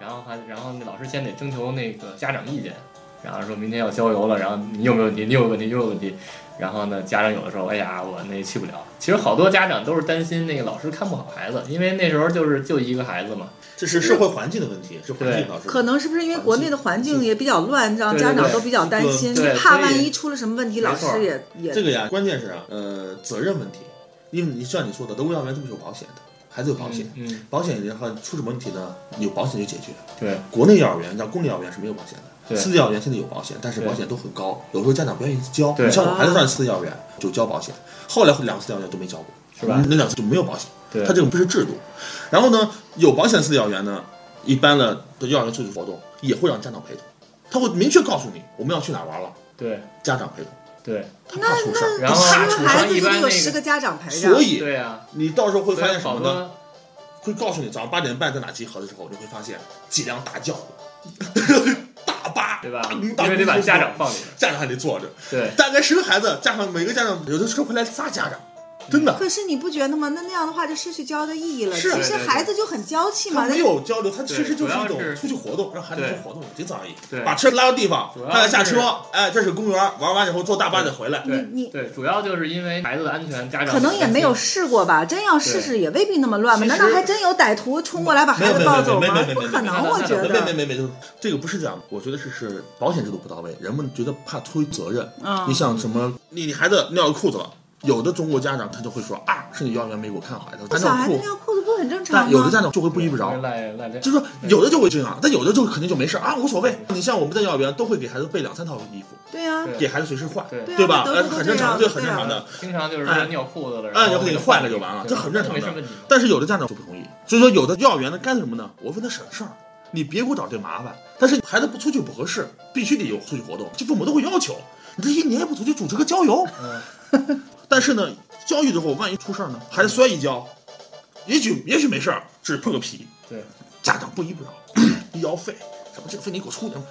B: 然后还然后那老师先得征求那个家长意见，然后说明天要郊游了，然后你有没有你你有问题有问题，然后呢家长有的时候哎呀我那去不了，其实好多家长都是担心那个老师看不好孩子，因为那时候就是就一个孩子嘛，
C: 这是社会环境的问题，是环境
B: 对
C: 导致的。
D: 可能是不是因为国内的环境也比较乱，让
B: 对对
D: 家长
B: 对
D: 都比较担心，
B: 对对
D: 怕
B: 所以
D: 万一出了什么问题，
B: 没
D: 老
B: 错
D: 师也也
C: 这个呀，关键是啊，呃，责任问题，因为你像你说的，德国幼儿园他们是有保险的，孩子有保险，
B: 嗯，
C: 保险然后出什么问题呢，有保险就解决。
B: 对
C: 国内幼儿园，你像公立幼儿园是没有保险的，
B: 对
C: 私立幼儿园现在有保险，但是
B: 对
C: 保险都很高，有时候家长不愿意交。
B: 对
C: 你像我孩子上私立幼儿园就交保险，后来两次幼儿园都没交过，
B: 是吧
C: 那两次嗯就没有保险，
B: 对，
C: 它这个不是制度。然后呢，有保险私立幼儿园呢，一般的的幼儿园出去活动也会让家长陪同，他会明确告诉你我们要去哪儿玩了，
B: 对
C: 家长陪同，
B: 对
C: 他怕出事儿。
B: 然后
D: 十
B: 啊
D: 个孩
B: 厨
D: 子
B: 房一
D: 就
B: 般
D: 得
B: 那
D: 有
B: 个
D: 十个家长陪着。
C: 所以
B: 对啊，
C: 你到时候会
B: 所
C: 发
B: 以
C: 现什
B: 好
C: 么呢？
B: 多
C: 会告诉你早上八点半在哪集合的时候，你会发现几辆大轿，大叭，
B: 对吧
C: 大？鸣大
B: 因为
C: 鸣
B: 得把
C: 声
B: 家
C: 说
B: 长放里面。
C: 家长还得坐着，
B: 对，
C: 大概十个孩子，家长每个家长有的时候会来仨家长，真的，
D: 可是你不觉得吗？那那样的话就失去交流的意义了。
C: 是
D: 其实
B: 对对
D: 孩子就很娇气
C: 他
D: 嘛，
C: 没有交流，他其
B: 对
C: 实就是一
B: 主要
C: 种
B: 是
C: 出去活动，让孩子
B: 对
C: 去活动，仅此而已
B: 对。
C: 把车拉到地方
B: 主，要
C: 大家下
B: 是
C: 车，哎，这是公园，玩完以后坐大巴再回来。
B: 对
D: 你
B: 对，主要就是因为孩子的安全，家长
D: 可能也没有
B: 担心
D: 试过吧。真要试试也未必那么乱吧？
B: 其
D: 难
B: 实
D: 道还真有歹徒冲过来把孩子抱走
C: 没有
D: 吗
C: 没有没有没有没？有
D: 不可
B: 没有
D: 能，
B: 没有
D: 我
B: 没有
D: 觉
C: 没没
D: 得。
C: 没没，就是这个不是这样，我觉得是是保险制度不到位，人们觉得怕推责任。
D: 嗯
C: 你像什么，你你孩子尿裤子了，有的中国家长他就会说啊，是你幼儿园没给我看好孩子，他
D: 小
C: 尿
D: 孩子
C: 裤，
D: 尿裤子不很正常
C: 但有的
D: 吗？
C: 家长就会不依不饶
B: 会，赖赖这，
C: 就是说有的就会这样，但有的就肯定就没事啊，无所谓。你像我们在幼儿园都会给孩子备两三套衣服，
D: 对啊呀，
B: 对
C: 给孩子随时换，
B: 对
D: 对啊
C: 吧？
D: 都是
C: 呃，
D: 都
C: 很
D: 这样
C: 正常，这
D: 对
C: 很正
D: 啊
C: 常的。
B: 经常就是
C: 哎
B: 尿裤子了，
C: 哎，
B: 然
C: 然
B: 后
C: 后给你换了就完了，
B: 对
C: 这很正常
B: 没什么
C: 的
B: 问题。
C: 但是有的家长就不同意，所以说有的幼儿园呢干什么呢？我为他省事儿，你别给我找这麻烦。但是孩子不出去不合适，必须得有出去活动，这父母都会要求。你这一年不出去组织个郊游，
B: 嗯，
C: 但是呢，教育之后万一出事儿呢，孩子摔一跤，也许也许没事儿，只是破个皮。
B: 对，
C: 家长不依不饶，医药费什么这个费你给我出点儿，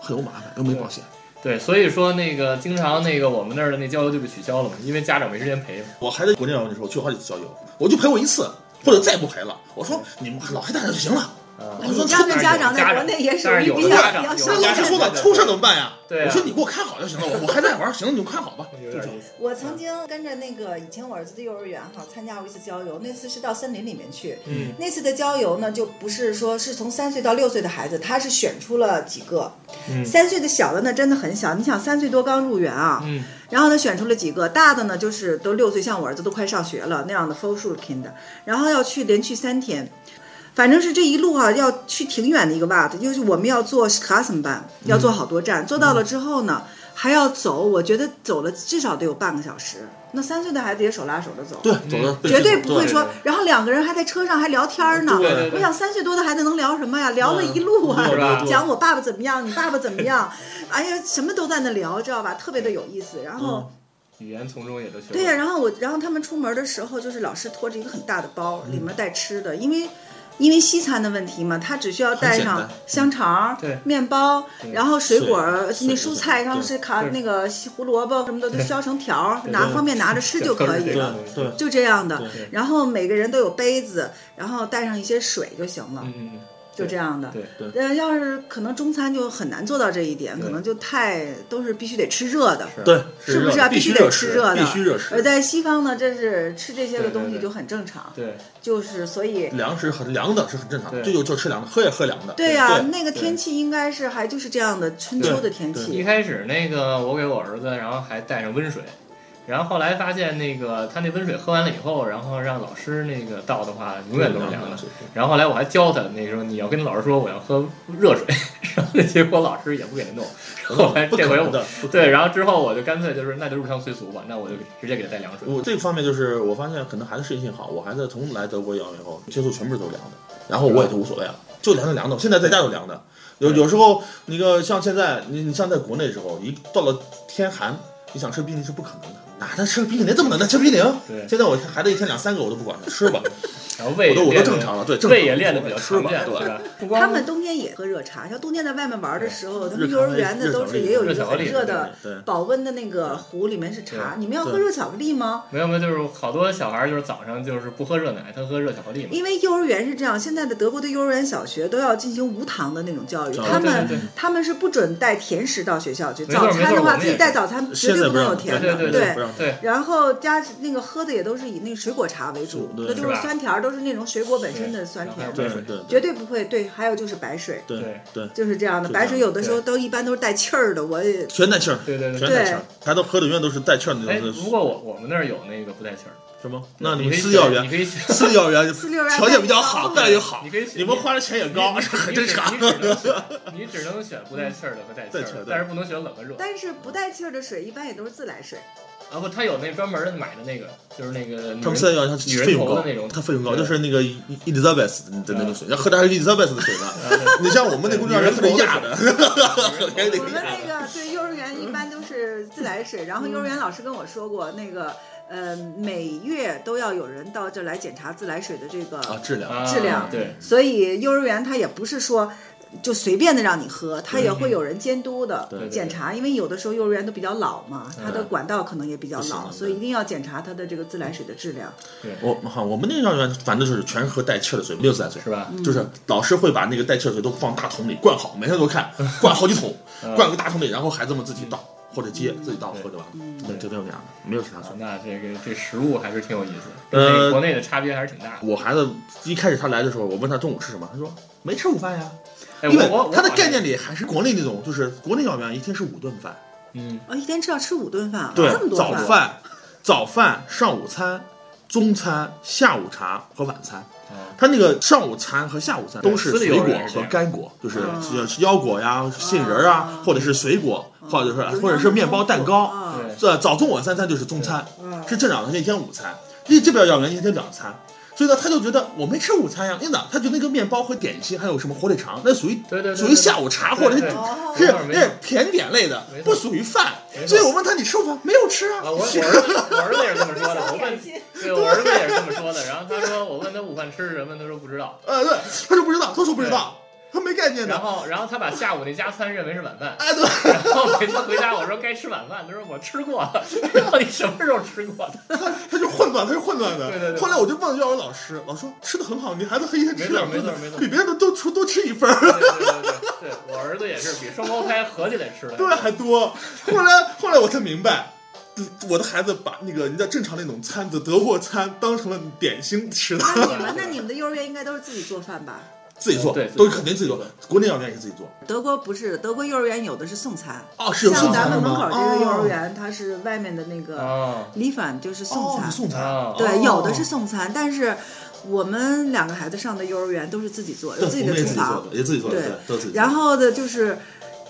C: 很有麻烦，又没保险。
B: 对，所以说那个经常那个我们那儿的那郊游就被取消了嘛，因为家长没时间陪嘛。
C: 我还在国内玩的时候去过好几次郊游，我就陪过一次，或者再也不陪了。我说你们老黑带着就行了。
B: 啊，
C: 我说
D: 你这样的
B: 但
D: 家
B: 是
D: 长在国内也属于比
B: 有的
D: 较
B: 家
D: 比
B: 长有
D: 较少
B: 的
C: 老
B: 家长
C: 师
D: 见
C: 说
D: 的。
C: 了，出事儿怎么办呀？
B: 对啊
C: 我说你给我看好就行了， 我我还在玩儿，行，你们看好吧。
B: 有
C: 就
B: 点
C: 这
B: 意
C: 样
B: 思。
D: 我曾经跟着那个以前我儿子的幼儿园哈参加过一次郊游，那次是到森林里面去。
B: 嗯，
D: 那次的郊游呢，就不是说是从三岁到六岁的孩子，他是选出了几个。
B: 嗯
D: 三岁的小的呢，真的很小，你想三岁多刚入园啊，
B: 嗯，
D: 然后呢选出了几个大的呢，就是都六岁，像我儿子都快上学了那样的 full s c h u l k i n d 然后要去连去三天，反正是这一路哈、啊要去挺远的一个 wat，就是我们要坐 s t r a s s e 班，
B: 嗯
D: 要坐好多站，坐到了之后呢，还要走，我觉得走了至少得有半个小时，那三岁的孩子也手拉手的走，
C: 对，走了，
D: 绝对不会说
B: 对对，
D: 然后两个人还在车上还聊天儿呢。
C: 对
B: 对
D: 我
B: 对
D: 想三岁多的孩子能聊什么呀？聊了一路啊
B: 是吧，
D: 讲我爸爸怎么样，你爸爸怎么样，哎呀，什么都在那聊，知道吧？特别的有意思。然后，
B: 语言从中也都学会
D: 对呀、然后我，然后他们出门的时候，就是老师拖着一个很大的包，里
B: 嗯
D: 面带吃的，因为。因为西餐的问题嘛，他只需要带
C: 很简
D: 上
C: 单
D: 香肠
B: 嗯对、
D: 面包，然后水果儿、
C: 水
D: 那
C: 水
D: 蔬菜，
C: 对
D: 然后是卡
B: 对
D: 那个西胡萝卜什么的，都削成条儿，拿
B: 对
D: 方便拿着吃就可以
B: 对
D: 了。
C: 对
D: 就这样的
B: 对。
D: 然后每个人都有杯子，然后带上一些水就行了，
B: 嗯嗯
D: 就这样的。
B: 对
C: 对
D: 呃，要是可能中餐就很难做到这一点，
B: 对
D: 可能就太都是必须得吃热的，
B: 是
C: 对，
D: 是不是啊？
C: 必
D: 须
C: 须
D: 得
C: 热
D: 吃
C: 食
D: 热的，
C: 必须热
D: 而
C: 食，
D: 在西方呢，这是吃这些个
B: 对对
D: 东西
B: 对嗯
D: 就很正常，
B: 对
D: 就是所以。
C: 粮食很凉的是很正常的，
B: 对
C: 就有就吃凉的，喝也喝凉的。
D: 对呀、那个
B: 对
D: 天气应该是还就是这样的春秋的天
B: 对，一
D: 气，
B: 开始那个我给我儿子，然后还带上温水，然后后来发现那个他那温水喝完了以后，然后让老师那个倒的话，永远都是凉的。然后后来我还教他，那时候你要跟老师说我要喝热水， 然后结果老师也不给他弄。后来
C: 不
B: 这
C: 可
B: 回
C: 能
B: 我
C: 的。不可能
B: 对，然后之后我就干脆就是那就入乡随俗吧，那我就直接给他带凉水。
C: 我这方面就是我发现可能孩子适应性好，我孩子从来德国养以后接触全部是都凉的，然后我也就无所谓了，就凉的凉的，我现在在家都凉的。有
B: 对
C: 有时候那个像现在你你像在国内的时候，一到了天寒，你想吃冰淇淋是不可能的，哪能吃冰淇淋这么冷的吃冰淇淋？
B: 对，
C: 现在我孩子一天两三个我都不管他，吃吧，
B: 然后胃
C: 我都我
B: 练
C: 都
B: 得
C: 正常了，对，正常
B: 胃也练得比较
C: 吃
B: 强
C: 吧，
B: 健，对
C: 对。
B: 吧？不光
D: 他们冬天也喝热茶，像冬天在外面玩的时候，他们
C: 日
D: 幼儿
C: 常
D: 园的
C: 日
D: 都
C: 常
D: 是
C: 的
D: 也有一
B: 日
D: 个
B: 常
D: 很
B: 的
D: 热的
C: 对对
D: 保温的那个壶，里面是茶。你们要喝
C: 对
D: 热巧克力吗？
B: 没有没有，就是好多小孩儿就是早上就是不喝热奶，他喝热巧克力嘛。
D: 因为幼儿园是这样，现在的德国的幼儿园、小学都要进行无糖的那种教育，
C: 教育
D: 他们
B: 对对对
D: 他们是不准带甜食到学校去。
B: 没错
D: 早餐的
B: 没错我
D: 话，
B: 们
D: 自己
B: 也
D: 带
B: 是
D: 早餐绝
C: 现在
D: 对
C: 不
D: 不能
C: 让
D: 有
C: 对
D: 甜
B: 对
D: 的，
B: 对
C: 不让
B: 对，
D: 然后加那个喝的也都是以那个水果茶为主，
C: 是对
D: 那就是是
B: 吧
D: 酸甜儿，都是那种水果本身的酸
B: 然后还
D: 甜
B: 有
C: 对
B: 热
D: 的，
B: 水
C: 对
D: 绝对不会对。还有就是白水，
C: 对
B: 对
C: 对，
D: 就是这样的。
C: 是这样
D: 白水有的
B: 对
D: 时候都一般都是带气儿的，我也
C: 全带气儿，
B: 对对
C: 全
B: 对。
C: 带气儿，孩子喝的永远都是带气儿的
B: 哎，
C: 那种
B: 不过我我们那儿有那个不带气儿的，
C: 什么？那
B: 你
C: 你
B: 可以
C: 私
B: 选
C: 幼儿
B: 你
C: 园，
B: 可以选
C: 私立幼儿园
D: 私立幼儿园
C: 条件比较好，待遇好
B: 你，可以选
C: 你们花的钱也高，
B: 你
C: 这 很正常
B: 你。只能选你只能选不带气儿的和带气儿
C: 带气儿
B: 的
C: 的，
B: 但是不能选冷和热。
D: 但是不带气儿的水一般也都是自来水，
B: 啊不，他有那专门买的那个，就是那个女
C: 他们
B: 人
C: 现在要
B: 女
C: 费
B: 人
C: 用
B: 头
C: 高
B: 的那种，
C: 它费用高，
B: 对
C: 就是那个 Elizabeth 的那种水，要喝的还是 Elizabeth 的水呢。
B: 啊 对
C: 你像我们那工作人员喝的亚的，
B: 女人头
D: 我
B: 的
D: 们
B: 那
D: 那
B: 个
D: 个对幼儿园一般都是自来水，然后幼儿园老师跟我说过，那个呃每月都要有人到这儿来检查自来水的这
C: 啊
D: 个
C: 质量。
B: 啊
D: 质量
B: 对
D: 所以幼儿园它也不是说。就随便的让你喝，他也会有人监督的
C: 对对
D: 检查，因为有的时候幼儿园都比较老嘛，它的管道可能也比较
C: 不行
D: 老，
C: 对
D: 所以一定要检查它的这个自来水的质量。
C: 我哈，我们那个幼儿园反正就是全是喝带气儿的水，没有自来水，
F: 是吧？
B: 嗯
C: 就是老师会把那个带气儿的水都放大桶里灌好，每天 都看，灌好几桶，
B: 嗯
C: 灌个大桶里，然后孩子们自己倒或者接自己倒喝就完
B: 嗯
C: 了，对，就这种样的，没有其他水。
B: 那这个这食物还是挺有意思的，跟
C: 呃
B: 这个国内的差别还是挺大的。
C: 我孩子一开始他来的时候，我问他中午吃什么，他说没吃午饭呀，
B: 哎，
C: 因为
B: 我我
C: 他的
B: 好像
C: 概念里还是国内那种，就是国内幼儿园一天是五顿饭，
B: 嗯，
D: 哦，一天吃要吃五顿饭啊，
C: 对
D: 这么，多
C: 早
D: 饭，
C: 饭、早饭、上午餐、中餐、下午茶和晚餐。
B: 哦
C: 他那个上午餐和下午餐都是
B: 私立幼
C: 水
B: 儿
C: 果
B: 园是这
C: 和
B: 样嗯
C: 干果，就是
D: 啊
C: 是是腰果呀、杏仁
D: 嗯
C: 啊，或者是水果，或者
D: 啊
C: 是或者是面包、蛋糕。
D: 啊，
B: 对，
C: 这早中晚三餐就是中餐，
D: 嗯
C: 是正常的，一天午餐。这这边要人一天两餐，所以呢，他就觉得我没吃午餐呀，因为呢，他觉得那个面包和点心还有什么火腿肠，那属于
B: 对对对
C: 属于下午茶或者是
B: 对对
D: 哦
C: 是
B: 没错没
C: 那
B: 错
C: 是甜点类的
B: 没，错
C: 不属于饭
B: 没。错
C: 所以我问他你吃午饭没有吃啊
B: 啊，？我我儿子我儿子也是这么说的，我 问，对我儿子也是这么说的。然后他说，我问他午饭吃什么，他说不知道。
C: 呃，对，他说不知道，都说不知道，他没概念
B: 然
C: 的。
B: 后然后他把下午那加餐认为是晚饭，
C: 哎，对，
B: 然后每次回家我说该吃晚饭，他说我吃过 了。然后你什么时候吃过 的？
C: 他他就混乱，他是混乱的。
B: 对对对
C: 后来我就问幼儿园老师，老师说吃的很好，你孩子可以一天吃两顿
B: 没
C: 的
B: 错没错没，错
C: 比别人都都出多吃一份儿，
B: 对对对对，对我儿子也是比双胞胎合起来吃的。
C: 对，还多。后来后来我才明白。嗯我的孩子把那个人家正常那种餐的德国餐当成了点心吃的，
D: 啊，你们那你们的幼儿园应该都是自己做饭吧？
C: 自己做，
B: 对
C: 都肯定自己做。国内幼儿园也是自己做，
D: 德国不是，德国幼儿园有的是送餐，
C: 哦，是有
D: 像
C: 送
D: 咱
C: 餐的
D: 们门
C: 吗？
D: 口这个幼儿
C: 哦，
D: 园，它是外面的那个
B: 哦
D: 里反就是送
C: 哦
D: 餐，
C: 送餐，
B: 哦
D: 对，
C: 哦
D: 有的是送餐，但是我们两个孩子上的幼儿园都是自己做，有
C: 对，
D: 自己
C: 我
D: 的
C: 们也
D: 厨
C: 自己
D: 房
C: 做，的，也自己做的，
D: 对
C: 对，都自己做的。
D: 然后的就是。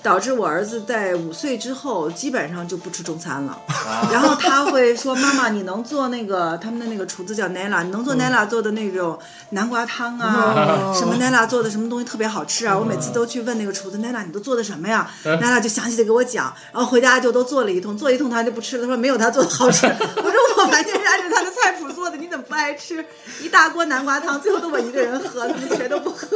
D: 导致我儿子在五岁之后基本上就不吃中餐了， 然后他会说：“妈妈，你能做那个他们的那个厨子叫 Nella，你能做 Nella 做的那种南瓜汤啊， 什么 Nella 做的什么东西特别好吃啊？”我每次都去问那个厨子：“Nella，你都做的什么呀？”Nella 就详细的给我讲，然后回家就都做了一通，做一通他就不吃了，他说没有他做的好吃。我说我完全是按照他的菜谱做的，你怎么不爱吃？一大锅南瓜汤，最后都我一个人喝，他们全都不喝。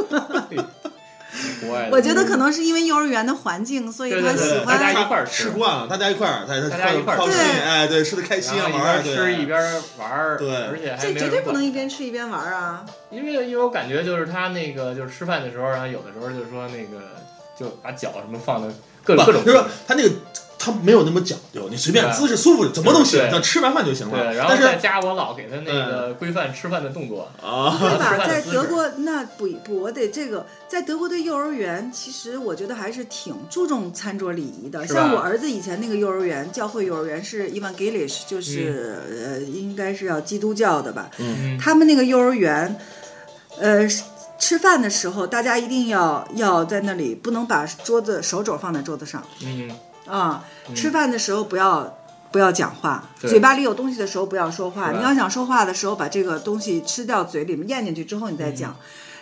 B: 国外的
D: 我觉得可能是因为幼儿园的环境，所以
B: 对
D: 他
B: 对对
D: 喜
B: 大家
D: 欢。
B: 一块儿吃
C: 吃惯了，大家一块儿，大家
B: 大家一块儿
C: 高兴，
D: 对
C: 哎，对，吃的开心啊，
B: 然后
C: 玩
B: 一
C: 儿，
B: 边
C: 对
B: 吃一边玩儿，
C: 对
B: 而且还
D: 这
B: 没有
D: 绝
B: 人
D: 对不
B: 管
D: 能一边吃一边玩 啊！
B: 因为因为我感觉就是他那个就是吃饭的时候，然后有的时候就说那个就把脚什么放的各
C: 不
B: 各种
C: 就是说他那个他没有那么讲究，你随便
B: 对啊
C: 姿势舒服怎么都行，
B: 对
C: 那吃完饭就行了。
B: 对，然后
C: 但
B: 在
C: 是
B: 家我老给他那个规范吃饭的动作，
C: 啊，
D: 对吧
B: 吃？饭的
D: 在
B: 姿势
D: 德国那不不，我得这个，在德国的幼儿园，其实我觉得还是挺注重餐桌礼仪的。
B: 是吧
D: 像我儿子以前那个幼儿园，教会幼儿园是 Evangelisch，就是、呃，应该是要基督教的吧？
B: 嗯，
D: 他们那个幼儿园，呃，是吃饭的时候大家一定要要在那里，不能把桌子手肘放在桌子上。
B: 嗯，
D: 啊、吃饭的时候不要不要讲话，
B: 对
D: 嘴巴里有东西的时候不要说话。
B: 是吧
D: 你要想说话的时候，把这个东西吃掉嘴里面咽进去之后，你再讲。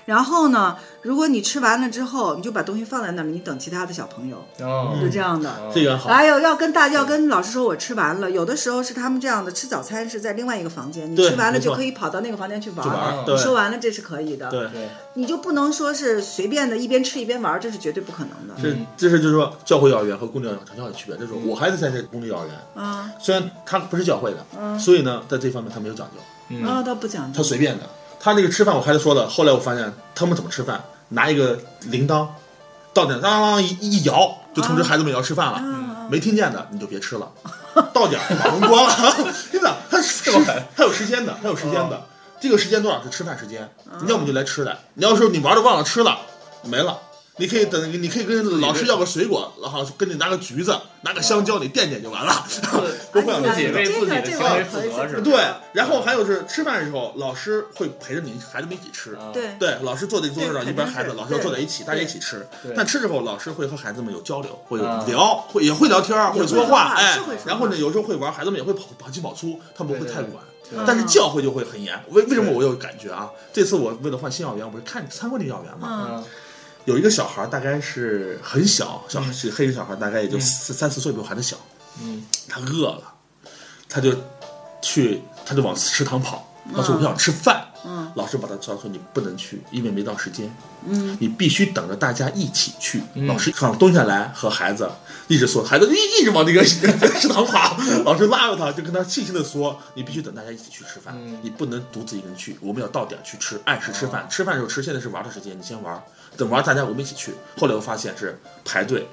D: 然后呢，如果你吃完了之后，你就把东西放在那里，你等其他的小朋友，
B: 然后
D: 就这样的。
B: 嗯哦
C: 这个好，
D: 还有要跟大要跟老师说，我吃完了。有的时候是他们这样的，吃早餐是在另外一个房间，你
C: 对
D: 吃完了
C: 没错
D: 就可以跑到那个房间去玩
C: 就玩
D: 儿。
C: 儿，
D: 你说
C: 对
D: 完了，这是可以的，
C: 对。
B: 对，
D: 你就不能说是随便的，一边吃一边玩儿，这是绝对不可能
B: 嗯
D: 的。
C: 这这是就是说教会幼儿园和公立幼儿园很大的区别。就是我孩子在这公立幼儿园，
D: 啊
C: 虽然他不是教会的，所以呢，在这方面他没有讲究，
B: 嗯
D: 啊，倒不讲究
C: 他。随便的。他那个吃饭，我孩子说了，后来我发现他们怎么吃饭，拿一个铃铛，到点儿当啷啷一一摇，就通知孩子们也要吃饭了。
D: 啊，
C: 没听见的你就别吃了，到点儿把门 关了。真的，他是这么狠，他有时间的，他有时间
D: 哦
C: 的。这个时间段是吃饭时间，你要么就来吃来，你要是你玩的忘了吃了，没了。你可以等，你可以跟
D: 哎
C: 老师要个水果，然后跟你拿个橘子，拿个香
D: 哦
C: 蕉，你垫垫就完了。
D: 哎
C: 不会
B: 自己为自己的行为负责是吧？
C: 对，然后还有是吃饭的时候，老师会陪着你孩子们一起吃。
B: 啊，
D: 对，
C: 对，老师坐在桌子上，
D: 对
C: 一边
D: 肯定
C: 孩子，
D: 是
C: 老师要坐在一起，
D: 对
C: 大家一起吃
B: 对。
C: 但吃之后，老师会和孩子们有交流，会有
B: 啊
C: 聊，会也会聊天儿，
D: 也会
C: 说
D: 说话
C: 哎
D: 是会说话，
C: 然后呢，有时候会玩，孩子们也会跑跑进跑出，他们不会
B: 对对
C: 太
B: 对
C: 管。
B: 对
C: 但是
D: 嗯
C: 教会就会很严，为为什么我有感觉啊？这次我为了换新幼儿园，我是看参观这幼儿园嘛，
B: 嗯
C: 有一个小孩儿大概是很小，小孩是黑人小孩儿，大概
D: 嗯
C: 也就四三四岁，比我孩子小。
B: 嗯，
C: 他饿了，他就去，他就往食堂跑。他说：“我想吃饭。
D: 嗯，
C: 老师把他叫说你不能去，因为没到时间。嗯，你必须等着大家一起去。老师上蹲下来和孩子一直说，孩子一一直往那个 食堂爬，老师拉着他就跟他细心的说，你必须等大家一起去吃饭，你不能独自一个人去，我们要到点儿去吃，按时吃饭。吃饭的时候吃，现在是玩的时间，你先玩，等玩大家我们一起去。后来我发现是排队，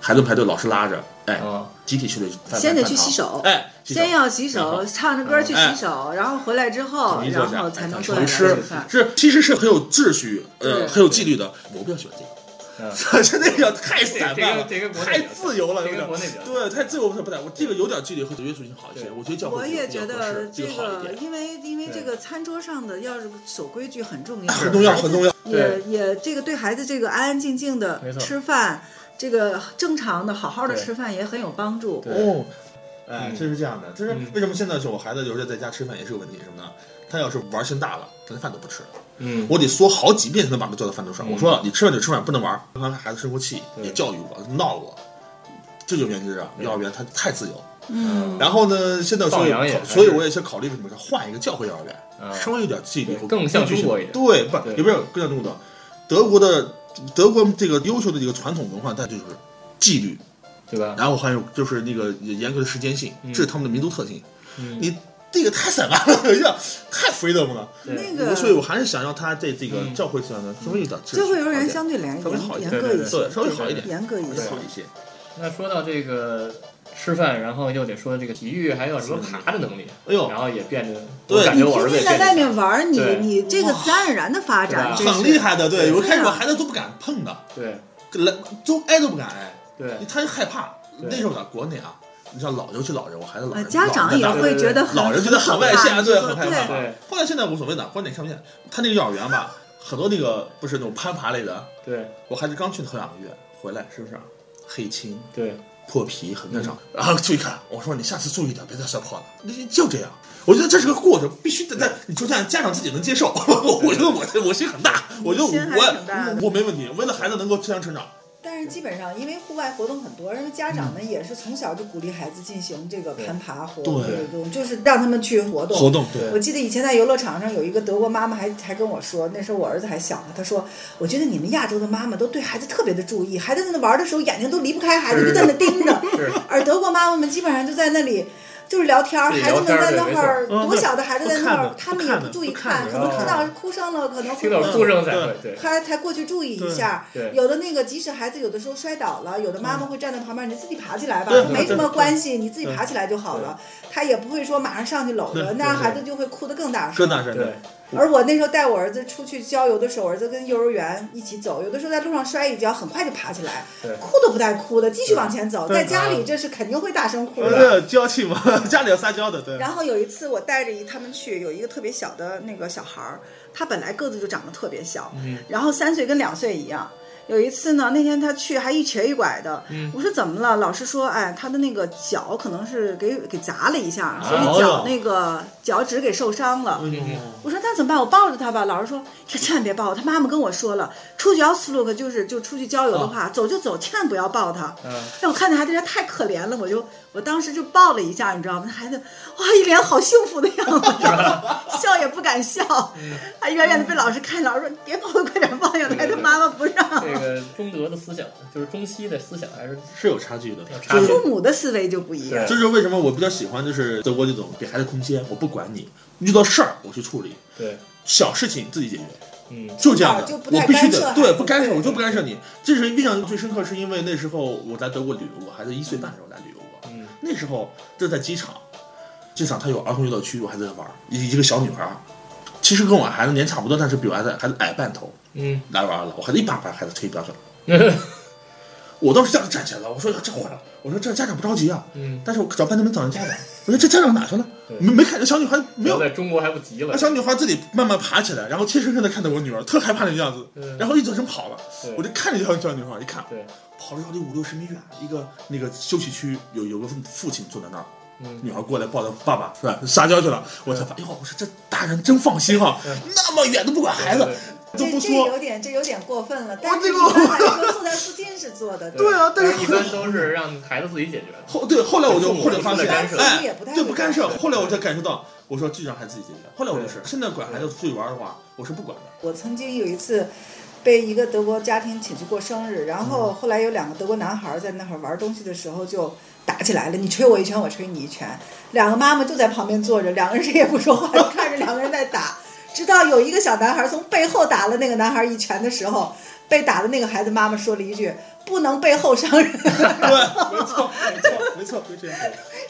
C: 孩子们排队，老师拉着，哎，
B: 啊，
C: 集体去了饭。
D: 先得
C: 饭
D: 去
C: 堂
D: 洗手
C: 哎，洗手
D: 先要洗
C: 然
D: 手，
C: 后
D: 唱着歌去洗
C: 哎
D: 手，然后回来之后，
C: 统一坐
D: 哦然
C: 下哎
D: 后才能坐下
C: 来
D: 来
C: 吃
D: 吃饭。
C: 是其实是很有秩序，
D: 对
C: 呃，很有纪律的。我比较喜欢这 个，真的有点太散漫了，
B: 嗯这个这个国内
C: 太自由了，有
B: 这个
C: 点
B: 国内比较多
C: 对，太自由我不太，我这个有点纪律和约束性好一些，
B: 对
C: 我觉得教会
D: 我也
C: 比较
D: 觉
C: 比较合
D: 得
C: 适这
D: 这
C: 个好一
D: 个，
C: 点，
D: 因为因为这个餐桌上的要是守规矩很重要，
C: 很重要，很重要。
D: 也也这个对孩子这个安安静静的
B: 没错
D: 吃饭，这个正常的好好的
B: 对
D: 吃饭也很有帮助。
B: 对
C: 哦，哎，
B: 嗯
C: 这是这样的，这是
B: 嗯
C: 为什么现在是我孩子有时候在家吃饭也是个问题，什么呢？他要是玩心大了，他连饭都不吃，
B: 嗯，
C: 我得说好几遍才能把他叫到饭桌上。
B: 嗯
C: 我说了，你吃饭就吃饭，不能玩儿。刚才孩子生过气，
B: 对
C: 也教育我，闹我，这就原因是啊，幼儿园他太自由。
D: 嗯，
C: 然后呢，现在所
B: 放羊
C: 以
B: 也
C: 所以我也是考虑什么，换一个教会幼儿
B: 啊
C: 园，稍微有点纪律
B: 对，更像中国一点
C: 对，不
B: 对
C: 有没有更像中国的？德国的德国这个优秀的这个传统文化，它就是纪律，
B: 嗯对吧？
C: 然后还有就是那个严格的时间性，这是他们的民族特性。
B: 嗯
C: 你这个太散漫了，有 点太 freedom 了。
D: 那
B: 对
D: 个
C: 所以我还是想让他在这个
B: 嗯
C: 教会上呢，稍微有点
D: 教会幼儿园相
C: 对
D: 对严
C: 稍微好一
D: 严
C: 点
D: 严格一些，
C: 对稍微好一点，
D: 严格一些
C: 稍微。好一些。
B: 那说到这个吃饭，然后又得说这个体育，还有什么爬的能力，
C: 哎呦
B: 然后也变得，
C: 对
B: 我感
D: 你
B: 觉我儿
D: 天
B: 子也
D: 天
B: 变得
D: 在外面玩儿，你
B: 对
D: 你这个自然而然的发展，
B: 对
D: 这
C: 很
D: 是
C: 厉害的，对，我开始
D: 对
C: 我
D: 啊
C: 孩子都不敢碰的，
B: 对
C: 来都挨都不敢挨。
B: 对
C: 他就害怕。
B: 对
C: 那时候在国内啊，你像老，尤其老人，我孩子老
D: 呃，
C: 人，
D: 家长也
C: 老人
D: 会觉得很
C: 老人觉得很外向，
D: 对，
C: 对，很害怕。
B: 对
C: 后来现在无所谓了，关键看不见。他那个幼儿园吧，很多那个不是那种攀爬类的，
B: 对
C: 我孩子刚去头两个月回来，身上啊黑青。
B: 对，
C: 破皮很正常，然后注意看，我说你下次注意点，别再摔破了。你就这样，我觉得这是个过程，必须得在你就像家长自己能接受。 我觉得我我心很大，我觉得
D: 心还挺大的
C: 我我没问题，为了孩子能够健康成长，
D: 但是基本上，因为户外活动很多，因为家长们也是从小就鼓励孩子进行这个攀爬活动，
C: 对
D: 就是让他们去活动。
C: 活动对
D: 我记得以前在游乐场上有一个德国妈妈还还跟我说，那时候我儿子还小呢，她说：“我觉得你们亚洲的妈妈都对孩子特别的注意，孩子在那玩的时候眼睛都离不开孩子，就在那 盯着，而德国妈妈们基本上就在那里。”就是聊天儿，
B: 自己
D: 孩子们
B: 聊天儿
D: 在那
B: 对
D: 会儿，
C: 没错嗯
D: 多小的孩子在那会
C: 不看
D: 儿
C: 的，
D: 他们也不注意
C: 不看啊
D: 看，
C: 的
D: 可能
B: 哦
D: 听到哭声了，可能会
B: 听到哭声才会对
D: 还才过去注意一下。
B: 对对
D: 有的那个，即使孩子有的时候摔倒了，有的妈妈会站在旁边，你自己爬起来吧
C: 嗯对，
D: 没什么
C: 对
D: 关系，你自己爬起来就好了。他也不会说马上上去搂着，
C: 对
D: 那样孩子就会哭得更大声。
C: 更大声
B: 对
C: 的。
D: 而我那时候带我儿子出去郊游的时候，我儿子跟幼儿园一起走，有的时候在路上摔一跤，很快就爬起来
B: 对，
D: 哭都不带哭的，继续往前走。
C: 对
D: 在家里这是肯定会大声哭的。
C: 呃，娇气嘛， 家里要撒娇的，对。
D: 然后有一次我带着一他们去，有一个特别小的那个小孩儿，他本来个子就长得特别小，然后三岁跟两岁一样。有一次呢，那天他去还一瘸一拐的，我说怎么了？老师说，哎，他的那个脚可能是给给砸了一下，所以脚那个脚趾给受伤了。
B: 嗯
D: 我说那怎么办？我抱着他吧。老师说，可千万别抱他。妈妈跟我说了，出去 outlook 就是就出去郊游的话，走就走，千万不要抱他。
B: 嗯，
D: 让我看那孩子这太可怜了，我就我当时就抱了一下，你知道吗？那孩子哇，一脸好幸福的样子， 笑也不敢笑，
C: 嗯
D: 还远远的被老师看，老师说你别抱了，快点抱下来，他妈妈不让。
B: 这个中德的思想就是中西的思想还是
C: 是有差距的，
B: 有差
C: 就
B: 距
C: 是
D: 父母的思维就不一样，
B: 对
C: 这就是为什么我比较喜欢就是德国这种给孩子空间，我不管你，遇到事儿我去处理，
B: 对，
C: 小事情自己解决，
B: 嗯
C: 就这样的，
D: 就不太
C: 我必须
D: 干涉
C: 得
D: 孩
C: 对
D: 子
C: 不干涉，我就不干涉你。这是印象最深刻，是因为那时候我在德国旅游，我孩子一岁半的时候来旅游过，
B: 嗯
C: 那时候这在机场，机场它有儿童游乐区，我还在那玩儿，一一个小女孩儿，其实跟我孩子年差不多，但是比我孩子孩子矮半头，
B: 嗯，
C: 来玩儿了，我孩子一把把孩子推一边去了。我当时这样站起来了，我说呀，这坏了，我说这家长不着急啊，
B: 嗯，
C: 但是我找半天没找着家长，我说这家长哪去了？
B: 对
C: 没没看见小女孩没有
B: 在中国还不急了
C: 那，小女孩自己慢慢爬起来，然后怯生生的看着我女儿，特害怕那个样子
B: 嗯，
C: 然后一转身跑了
B: 对。
C: 我就看着这小小女孩，一看
B: 对，
C: 跑了有五六十米远，一个那个休息区有有个父亲坐在那儿。
B: 嗯
C: 女孩过来抱着爸爸是吧？撒娇去了，我才发现，哟，我说这大人真放心哈、那么远都不管孩子
B: 对，
C: 都
D: 这
C: 不
D: 这
C: 说
D: 有。点这有点过分了。但是
C: 这
D: 一
C: 个
D: 般来说，坐在附近是坐 的，
C: 对啊但是
B: 一般都是让孩子自己解决的，
C: 后对，后来我就
B: 父母
C: 后来发
B: 不
C: 现
B: 干涉，
C: 哎
D: 也不太，
C: 对不干涉。
D: 会
C: 后来我才感受到，我说这让孩子自己解决。后来我就是，现在管孩子出去玩的话，我是不管的。
D: 我曾经有一次被一个德国家庭请去过生日，然后后来有两个德国男孩在那会儿玩东西的时候就打起来了，你捶我一拳，我捶你一拳。两个妈妈就在旁边坐着，两个人谁也不说话，就看着两个人在打。直到有一个小男孩从背后打了那个男孩一拳的时候，被打的那个孩子妈妈说了一句：“不能背后伤人。”
C: 对，没错，没错，没错，就这样，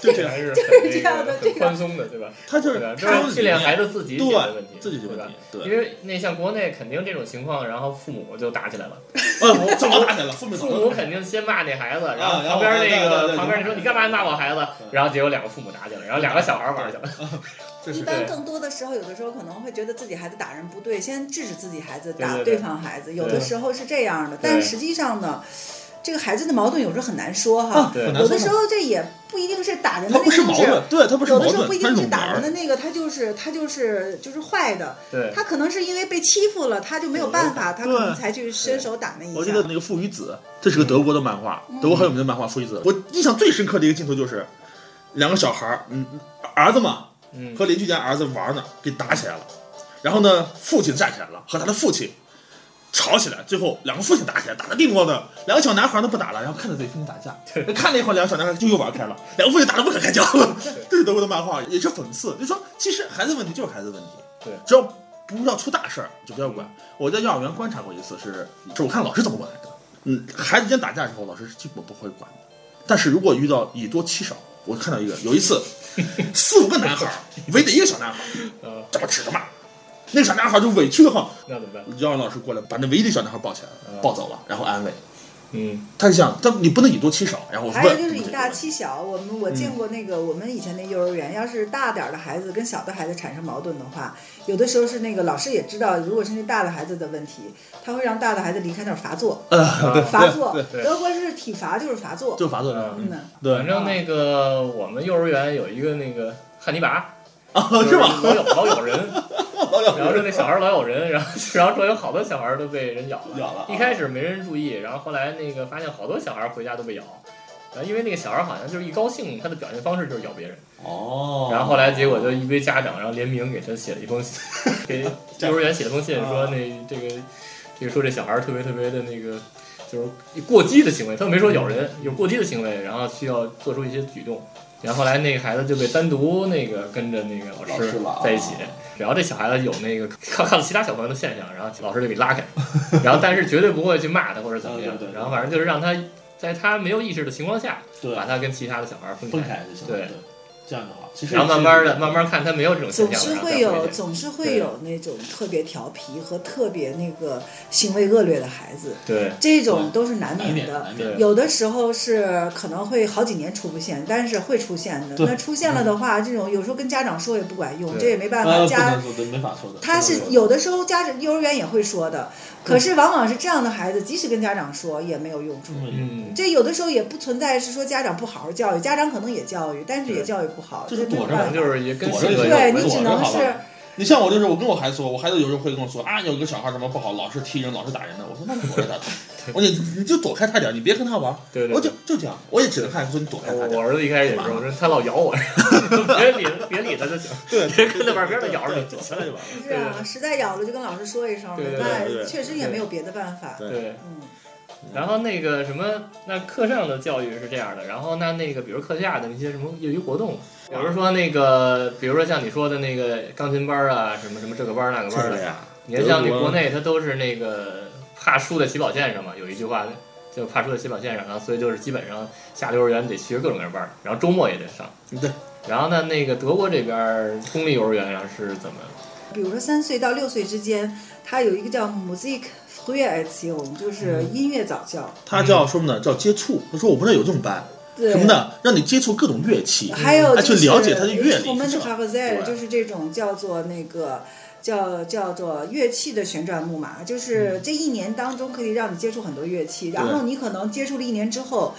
C: 就这样。
B: 还是
D: 就是这
B: 很
D: 样的
B: 那个
D: 这
B: 很
D: 个
B: 宽松的，对吧？
C: 他啊就是
B: 对吧？
C: 他
B: 这是训练孩子自己解决
C: 对
B: 问题，
C: 自己解决
B: 对
C: 问
B: 吧
C: 题？。对，
B: 因为那像国内肯定这种情况，然后父母就打起来了，
C: 呃，我早打起来了，父母早
B: 父
C: 打起来
B: 母
C: 了
B: 肯定先骂那孩子，然后
C: 啊然
B: 旁
C: 后
B: 边那
C: 对对
B: 个
C: 对
B: 旁边
C: 对
B: 说你干嘛骂我孩子，然后结果两个父母打起来，然后两个小孩玩去了，
C: 这
D: 一
C: 是
D: 般
B: 对
D: 更多的时候，有的时候可能会觉得自己孩子打人不对，先制止自己孩子
B: 对
D: 打
B: 对对
D: 方孩子。有
B: 对
D: 的时候是这样的，但
B: 对
D: 是实际上呢，这个孩子的矛盾有时候很难说哈。
B: 对
C: 很难
D: 有的
C: 说
D: 时候这也不一定是打人的
C: 啊
D: 那
C: 他不
D: 个，
C: 是
D: 就
C: 矛
D: 是
C: 盾，对他不是
D: 有
C: 矛
D: 的时候
C: 盾
D: 不一，
C: 他
D: 定是
C: 种
D: 打人的
C: 儿。
D: 那个，他就是他就是就是坏的，
B: 对
D: 他可能是因为被欺负了，他就没有办法，他可能才去伸手打那一
C: 我记
D: 下
C: 得。那个《父与子》，这是个德国的漫画，
D: 嗯
C: 德国很有名的漫画《父与子》。我印象最深刻的一个镜头就是，两个小孩儿，嗯，儿子嘛，
B: 嗯，
C: 和邻居家儿子玩呢，给打起来了。然后呢，父亲站起来了，和他的父亲吵起来，最后两个父亲打起来，打得地咣的。两个小男孩都不打了，然后看着自己父亲打架，看了一会儿，两个小男孩就又玩开了，两个父亲打得不可开交。这是德国的漫画，也是讽刺，就说其实孩子问题就是孩子问题，
B: 对
C: 只要不要出大事儿就不要管。我在幼儿园观察过一次是，是我看老师怎么管的。嗯，孩子间打架的时候，老师是基本不会管的。但是如果遇到以多欺少，我看到一个有一次，四五个男孩儿围着一个小男孩儿，
B: 呃，
C: 这么指着骂，那个小男孩儿就委屈的慌，
B: 那怎么办？
C: 要让老师过来把那唯一的小男孩抱起来，
B: 嗯
C: 抱走了，然后安慰。
B: 嗯，
C: 他就想，但你不能以多欺少，然后我
D: 还有
C: 问，
D: 就是以大欺小，我们我见过那个
C: 嗯
D: 我们以前那幼儿园，要是大点儿的孩子跟小的孩子产生矛盾的话，有的时候是那个老师也知道，如果是那大的孩子的问题，他会让大的孩子离开那儿罚坐，
C: 呃， 对，
D: 罚
C: 对
D: 坐
C: 对，
B: 对
D: 德国是体罚就是罚坐，
C: 就罚坐着，
D: 嗯
C: 嗯
D: 呐，
C: 对
B: 反，正那个我们幼儿园有一个那个汉尼拔，
C: 啊，
D: 嗯
B: 就是
C: 吗？
B: 老有老有 人，
C: 老有
B: 然后就那小孩老有人，然后然后说有好多小孩都被人咬了。
C: 咬了啊
B: 嗯一开始没人注意，然后后来那个发现好多小孩回家都被咬，然后因为那个小孩好像就是一高兴，他的表现方式就是咬别人。
C: 哦，
B: 然后后来结果就一堆家长，然后联名给他写了一封信， 给幼儿园写了封
C: 啊
B: 信，说那这个这个说这小孩特别特别的那个就是过激的行为，他又没说咬人，有过激的行为，然后需要做出一些举动。然后后来那个孩子就被单独那个跟着那个老
C: 老
B: 师
C: 师了啊
B: 在一起，然后这小孩子有那个看看到其他小朋友的现象，然后老师就给 拉开，然后但是绝对不会去骂他或者怎么样
C: 嗯对对，对
B: 然后反正就是让他在他没有意识的情况下，
C: 对
B: 把他跟其他的小孩分
C: 分
B: 开。
C: 开就行了，
B: 对，
C: 这样就好。其实
B: 然后慢慢的、慢慢看他没有这种现
D: 总
B: 象
D: 是
B: 了，然后再
D: 会
B: 回
D: 有
B: 去
D: 总是会有那种特别调皮和特别那个行为恶劣的孩子，
B: 对
D: 这种都是难
C: 难免
D: 免的
C: 难。免
B: 对
D: 有的时候是可能会好几年出不现，但是会出现的。
C: 对
D: 那出现了的话，这种有时候跟家长说也不管用，
B: 对
D: 这也没办
C: 呃，
D: 法。
C: 不
D: 家
C: 能说对没法说的，
D: 他是有的时候家长幼儿园也会说的，可是往往是这样的孩子，即使跟家长说也没有用处。
B: 嗯，
D: 这有的时候也不存在是说家长不好好教育，家长可能也教育，但是也
B: 对
D: 教育不好，
C: 就是
D: 这没有
C: 躲着
B: 可
D: 办
B: 能
D: 法
B: 就是也跟
C: 躲着
B: 性格
C: 就
B: 有
D: 对
B: 关
C: 我
B: 系
D: 你只
C: 躲着
D: 能
C: 好
D: 是
C: 吧。你像我就是，我跟我孩子说，我孩子有时候会跟我说啊，有个小孩什么不好，老是踢人，老是打人的。我说那你躲 着他，我说你你就躲开他点儿，你别跟他玩儿。
B: 对对对
C: 我就就这样，我也只能看说你躲开他
B: 我
C: 点
B: 我
C: 儿。
B: 儿子一开始也是，我说他老咬 我，别理别理他就行。
C: 对，
B: 别跟他玩儿别让他咬着你
C: 对躲开他就完了。
D: 是啊，实在咬了就跟老师说一声呗
B: 对对，
C: 对对
D: 那
C: 对
D: 确实也没有别的办法。
C: 对
B: 对，
D: 嗯，
B: 然后那个什么，那课上的教育是这样的，然后那那个比如课下的那些什么业余活动，比如说那个，比如说像你说的那个钢琴班啊，什么什么这个班儿那个
C: 就
B: 班儿
C: 是
B: 的
C: 这，样。
B: 你看，像那国内，它都是那个怕输在起跑线上嘛，有一句话就怕输在起跑线上，然后所以就是基本上下幼儿园得学各种各样班儿，然后周末也得上。
C: 嗯对。
B: 然后呢，那个德国这边儿公立幼儿园然后是怎么？
D: 比如说三岁到六岁之间，他有一个叫 music f r e e r z i o n 就是音乐早教，
C: 他叫什么呢？叫接触。他说我不知道有这种班
D: 对
C: 什么呢，让你接触各种乐器。
D: 还有
C: 哎
D: 就
C: 去
D: 是
C: 了解他的乐理
D: 我们的 h a v z e
C: 对
D: 就是这种叫做那个。叫叫做乐器的旋转木马，
C: 嗯
D: 就是这一年当中可以让你接触很多乐器，然后你可能接触了一年之后，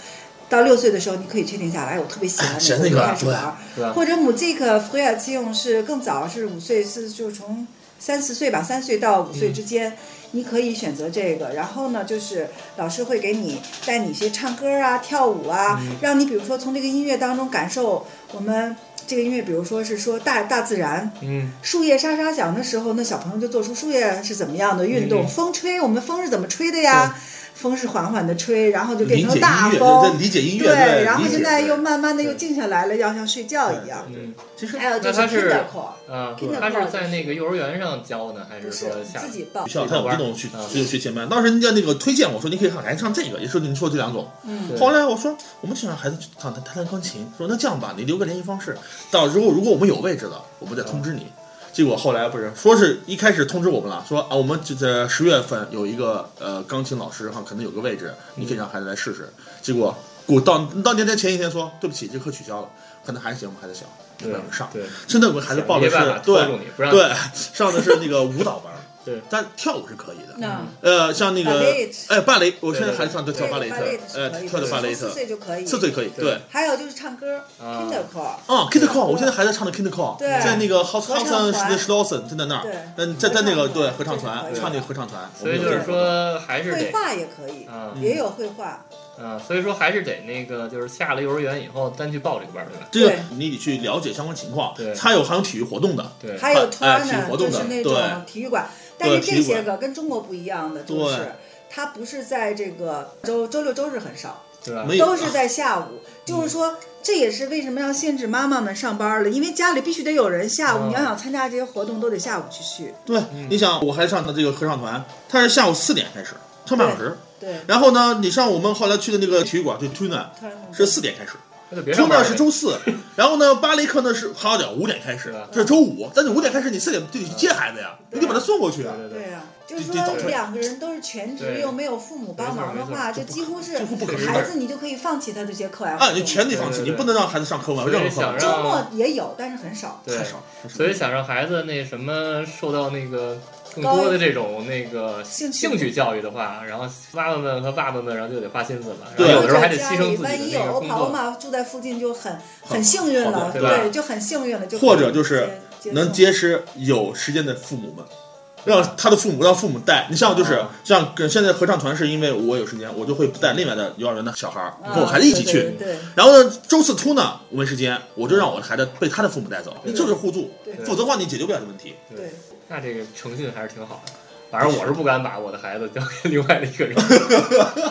D: 到六岁的时候，你可以确定下来，哎我特别喜 欢
C: 喜欢
D: 那
C: 那
D: 个，
C: 个
D: 我就开始
C: 对
D: 玩儿
B: 对吧
D: 或者 music f r e e r z i o n 是更早，是五岁，是就从三四岁吧，三岁到五
C: 嗯
D: 岁之间，你可以选择这个。然后呢，就是老师会给你
C: 嗯
D: 带你去唱歌啊、跳舞啊，让你比如说从这个音乐当中感受我们。这个音乐，比如说是说大大自然，
B: 嗯，
D: 树叶沙沙响的时候，那小朋友就做出树叶是怎么样的运动，
B: 嗯
D: 风吹我们风是怎么吹的呀？风是缓缓的吹，然后就变
C: 理解
D: 成
C: 音
D: 大
C: 乐，对，
D: 风，
C: 理解音乐，
D: 对，
C: 对，
D: 然后
C: 理解
D: 现在又
C: 对
D: 慢慢的又
C: 对
D: 静下来了，要像睡觉一样。
C: 对
B: 嗯
C: 其实
D: 还有就
B: 那他是
D: kindercore，
B: 啊
D: 给，他
B: 他
D: 报
B: 是在那个幼儿园上教呢，还
D: 不
B: 说
D: 是
B: 下
D: 自己报
C: 学，校他有这种去
B: 嗯
C: 这种学前班，当时人家那个推荐我说你可以上来上这个，也说您说这两种。
D: 嗯，
B: 对
C: 后来我说我们想让孩子去弹弹弹弹钢琴，说那这样吧，你留个联系方式，到时候如果我们有位置了，我们再通知
B: 嗯
C: 你。结果后来不是说是一开始通知我们了，说啊我们就在十月份有一个呃钢琴老师哈，可能有个位置，你可以让孩子来试试。结果我到到年前前一天说对不起，这课取消了，可能还行，我们还得想没
B: 对
C: 有上。
B: 对，
C: 真的有个孩子报的
B: 没
C: 是
B: 办法拖住
C: 对
B: 你，不让
C: 对，上的是那个舞蹈班，
B: 对，
C: 但跳舞是可以的。
D: 那
C: 呃，像那
D: 芭
C: 个
D: 蕾
C: 哎，芭蕾，我
B: 对
C: 现在
B: 对
C: 还上的跳芭蕾
D: 对
C: 特
D: 芭蕾是，
C: 呃
D: 可以，
C: 跳的芭蕾
D: 四
C: 特，
D: 岁就可以，
C: 四岁可以，对
B: 对。
D: 还有就是唱歌
B: 啊
D: ，kindercore，
C: 啊，Kid Call，我现在还在唱的 Kid Call，
D: 对
C: 在那个 House
D: 合唱
C: House
D: 团
C: and s l o s o n 就在那
D: 对
C: 儿，嗯，在在那
D: 合
C: 个
D: 唱团这是可以
C: 对合唱团
D: 的
C: 唱那个合唱团，
B: 所以
C: 我
B: 就
C: 们有
B: 是
C: 这嗯个活动，
B: 说还是
D: 绘
B: 得
D: 画也可以，
B: 啊
D: 也有绘画，
B: 啊，所以说还是得那个就是下了幼儿园以后单去报这个班儿，对吧？
C: 这个
D: 对
C: 你得去了解相关情况
B: 对，
C: 它有还有体育活动的，
B: 对，
D: 还有
C: 哎体育
D: turn
C: 活
D: 就
C: 动
D: 是
C: 的
D: 那种
C: 对
D: 体育馆，但是
C: 对体育
D: 这些
C: 馆
D: 个跟中国不一样的就
C: 对
D: 是，它不是在这个周周六周日很少，
B: 对吧？
C: 没有
D: 都是在下午，就是说。这也是为什么要限制妈妈们上班了，因为家里必须得有人下午，
B: 嗯
D: 你
C: 啊
D: 要想参加这些活动，都得下午去去。
C: 对，你想我还上的这个合唱团，它是下午四点开始，上半小时，
D: 对，
C: 然后呢，你上我们后来去的那个体育馆，就 Tuna
D: 突然弄
C: 是四点开始。
B: 那就别
C: 出
B: 上班
C: 面
B: 了
C: 是 周四，然后呢，芭蕾课呢是好点，五点开始
B: 是吧，
C: 这是周五，但是五点开始你四点就得去接孩子呀，你得把他送过去啊，
B: 对对
D: 对呀、就是
C: 得
D: 说
C: 早退
D: 两个人都是全职
B: 对
D: 又没有父母帮忙的话，
B: 没
D: 这几乎是
C: 几乎不可啊能
D: 孩子你就可以放弃他这些课外活
C: 啊，
D: 动。
C: 你全得啊放弃，
B: 对对
C: 你
B: 对
C: 不能让孩子上课外
B: 所以
C: 任何课
B: 想
C: 外，
B: 让
D: 周末也有，但是很少。
B: 对
C: 太少，太少
B: 所以想让孩子那什么受到那个更多的这种那个
D: 兴趣
B: 兴趣教育的话，然后妈妈们和爸爸们，然后就得花心思了，然
C: 对
B: 后有
D: 然后
B: 的时候还
D: 在
B: 得牺
D: 家
B: 牲
D: 里，
B: 自
D: 万一
B: 己的
D: 有
B: 那个
D: 欧
B: 工
D: 帕欧
B: 作。
D: 玛住在附近，就很很幸运了，
C: 啊好
B: 对
D: 对，
B: 吧
D: 就很幸运了，就
C: 或者就是
D: 接
C: 能。
D: 接
C: 结识有时间的父母们。让他的父母让父母带，你像就是
B: 啊
C: 像跟现在合唱团是因为我有时间，我就会带另外的幼儿园的小孩儿
D: 送
C: 和我孩子一起去
D: 啊。对对对
C: 然后呢，周四突呢我没时间，我就让我的孩子被他的父母带走，
D: 对
C: 就是互助
D: 对，
C: 否则的话你解决不了这问题。
D: 对对，
B: 那这个诚信还是挺好的。反正我是不敢把我的孩子交给另外的一 个人，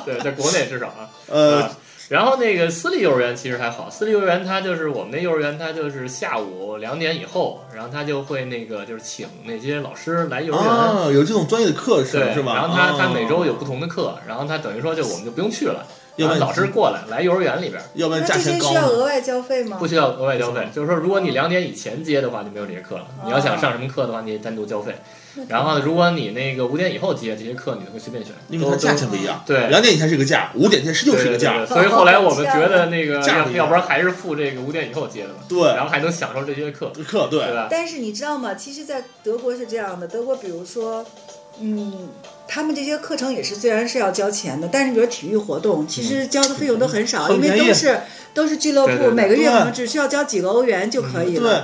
B: 对，在国内至少啊。
C: 呃
B: 啊，然后那个私立幼儿园其实还好，私立幼儿园它就是我们那幼儿园，它就是下午两点以后，然后它就会那个就是请那些老师来幼儿园。
C: 啊，有这种专业的课
B: 对，
C: 程是吧？
B: 然后他他
C: 啊
B: 每周有不同的课，然后他等于说就我们就不用去了，
C: 要
B: 然后
C: 不然
B: 老师过来来幼儿园里边，
C: 要不
D: 那
C: 然价
D: 这
C: 钱
D: 些
C: 高
D: 需要
C: 呢。
D: 额外交费吗
B: 不？需要额外交费。就是说，如果你两点以前接的话，就没有这些课了。你要想上什么课的话，你得单独交费。然后如果你那个五点以后接这些课，你就会随便选。
C: 因为它价钱不一样，
B: 对
C: 两点以前是一个价，五点以前是又
B: 对
C: 是一个
B: 对对
C: 价
B: 对，所以后来我们觉得那个
C: 价
B: 要
C: 格
B: 要不然还是付这个五点以后接的吧，
C: 对
B: 然后还能享受这些课，
C: 课
B: 对
C: 对，
B: 吧？
D: 但是你知道吗？其实，在德国是这样的，德国比如说，嗯，他们这些课程也是虽然是要交钱的，但是比如体育活动，其实交的费用都很少，
C: 嗯
D: 因为
C: 很便宜
D: 都是都是俱乐部，
B: 对对对
D: 每个月
C: 对
D: 可能只需要交几个欧元就可以
C: 对
D: 了。，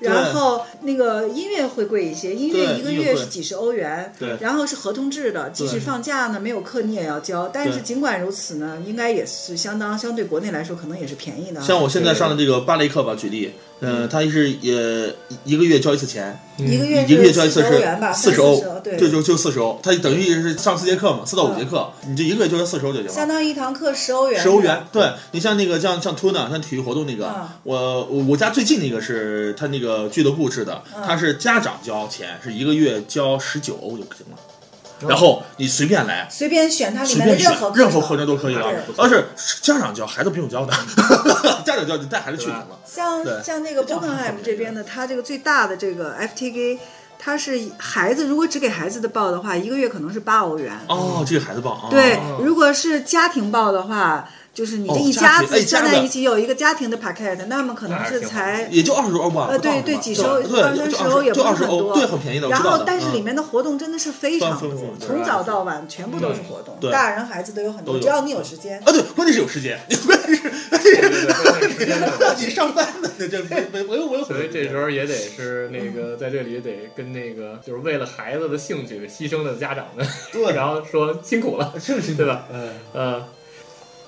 C: 对
D: 然后那个音乐会贵一些，音乐
C: 对
D: 一个
C: 音乐
D: 月
C: 会
D: 是几十欧元。
C: 对
D: 然后是合同制的，即使
C: 对
D: 放假呢，没有课你也要交。但是
C: 对
D: 尽管如此呢，应该也是相当相对国内来说，可能也是便宜的。啊
C: 像我现在上的这个芭蕾课吧，举例，嗯，它是也一个月交一次钱，
D: 一个月
C: 嗯一个月交一
D: 四
C: 次
D: 十欧元吧，
C: 是四
D: 十
C: 十欧，
D: 对，嗯
C: 就就就四十欧，它等于是上四节课嘛，四到五节课，你这一个月就交四十欧就行了。
D: 相当于一堂课十欧元，
C: 十欧元，对你像那个像像 Tuna，像体育活动那个，
D: 嗯
C: 我我我家最近那个是他那个俱乐部制的，
D: 嗯
C: 他是家长交钱，是一个月交十九欧就行了，然后你随便来。
D: 随便选它里
C: 随
D: 面的
C: 便选
D: 任何
C: 任何
D: 课
C: 课
D: 程。
C: 程都可以了
D: 对，嗯
C: 而是家长教，孩子不用教的， 家长教你带孩子去就行了。
D: 像
C: 对
D: 像那个
C: 这样很
D: Bockenheim
C: 方便
D: 这边的，它这个最大的这个 FTG，它是孩子如果只给孩子的报的话，一个月可能是八欧元。
C: 哦，这个孩子棒啊！
D: 嗯对
B: 哦，
D: 如果是家庭报的话，就是你这
C: 哦
D: 一
C: 家庭
D: 子
C: 哎家
D: 算在
C: 的
D: 一起有一个家庭的 packet，那么可能
B: 那还
D: 是
B: 挺好
D: 才
C: 也就二十欧吧。
D: 呃，
C: 不
D: 对
C: 到是吧
D: 对，几十欧，
C: 对，
D: 二三
C: 就
D: 十欧也不
C: 就是二十
D: 很
C: 欧，
D: 多，
C: 对，很便宜的。我
D: 然
C: 知道
D: 后
C: 的，
D: 但是
C: 嗯
D: 里面的活动真的是非常
C: 丰
D: 多
C: 富，对啊嗯
D: 从早到晚全部都是活动，
C: 对
D: 大人孩子都有很
C: 都
D: 多，
C: 有
D: 只要你有时间。
C: 啊，对，关键是有 时间，你关键是
B: 对对对时间的问题
C: 你上班呢，这没没我有我有很
B: 所
C: 多
B: 以这
C: 时
B: 时
C: 间。
B: 候也得是那个在这里得跟那个就是为了孩子的兴 趣牺牲的家长们，
C: 对
B: 然后说辛苦了，
C: 是是
B: 对吧？
C: 嗯，
B: 呃，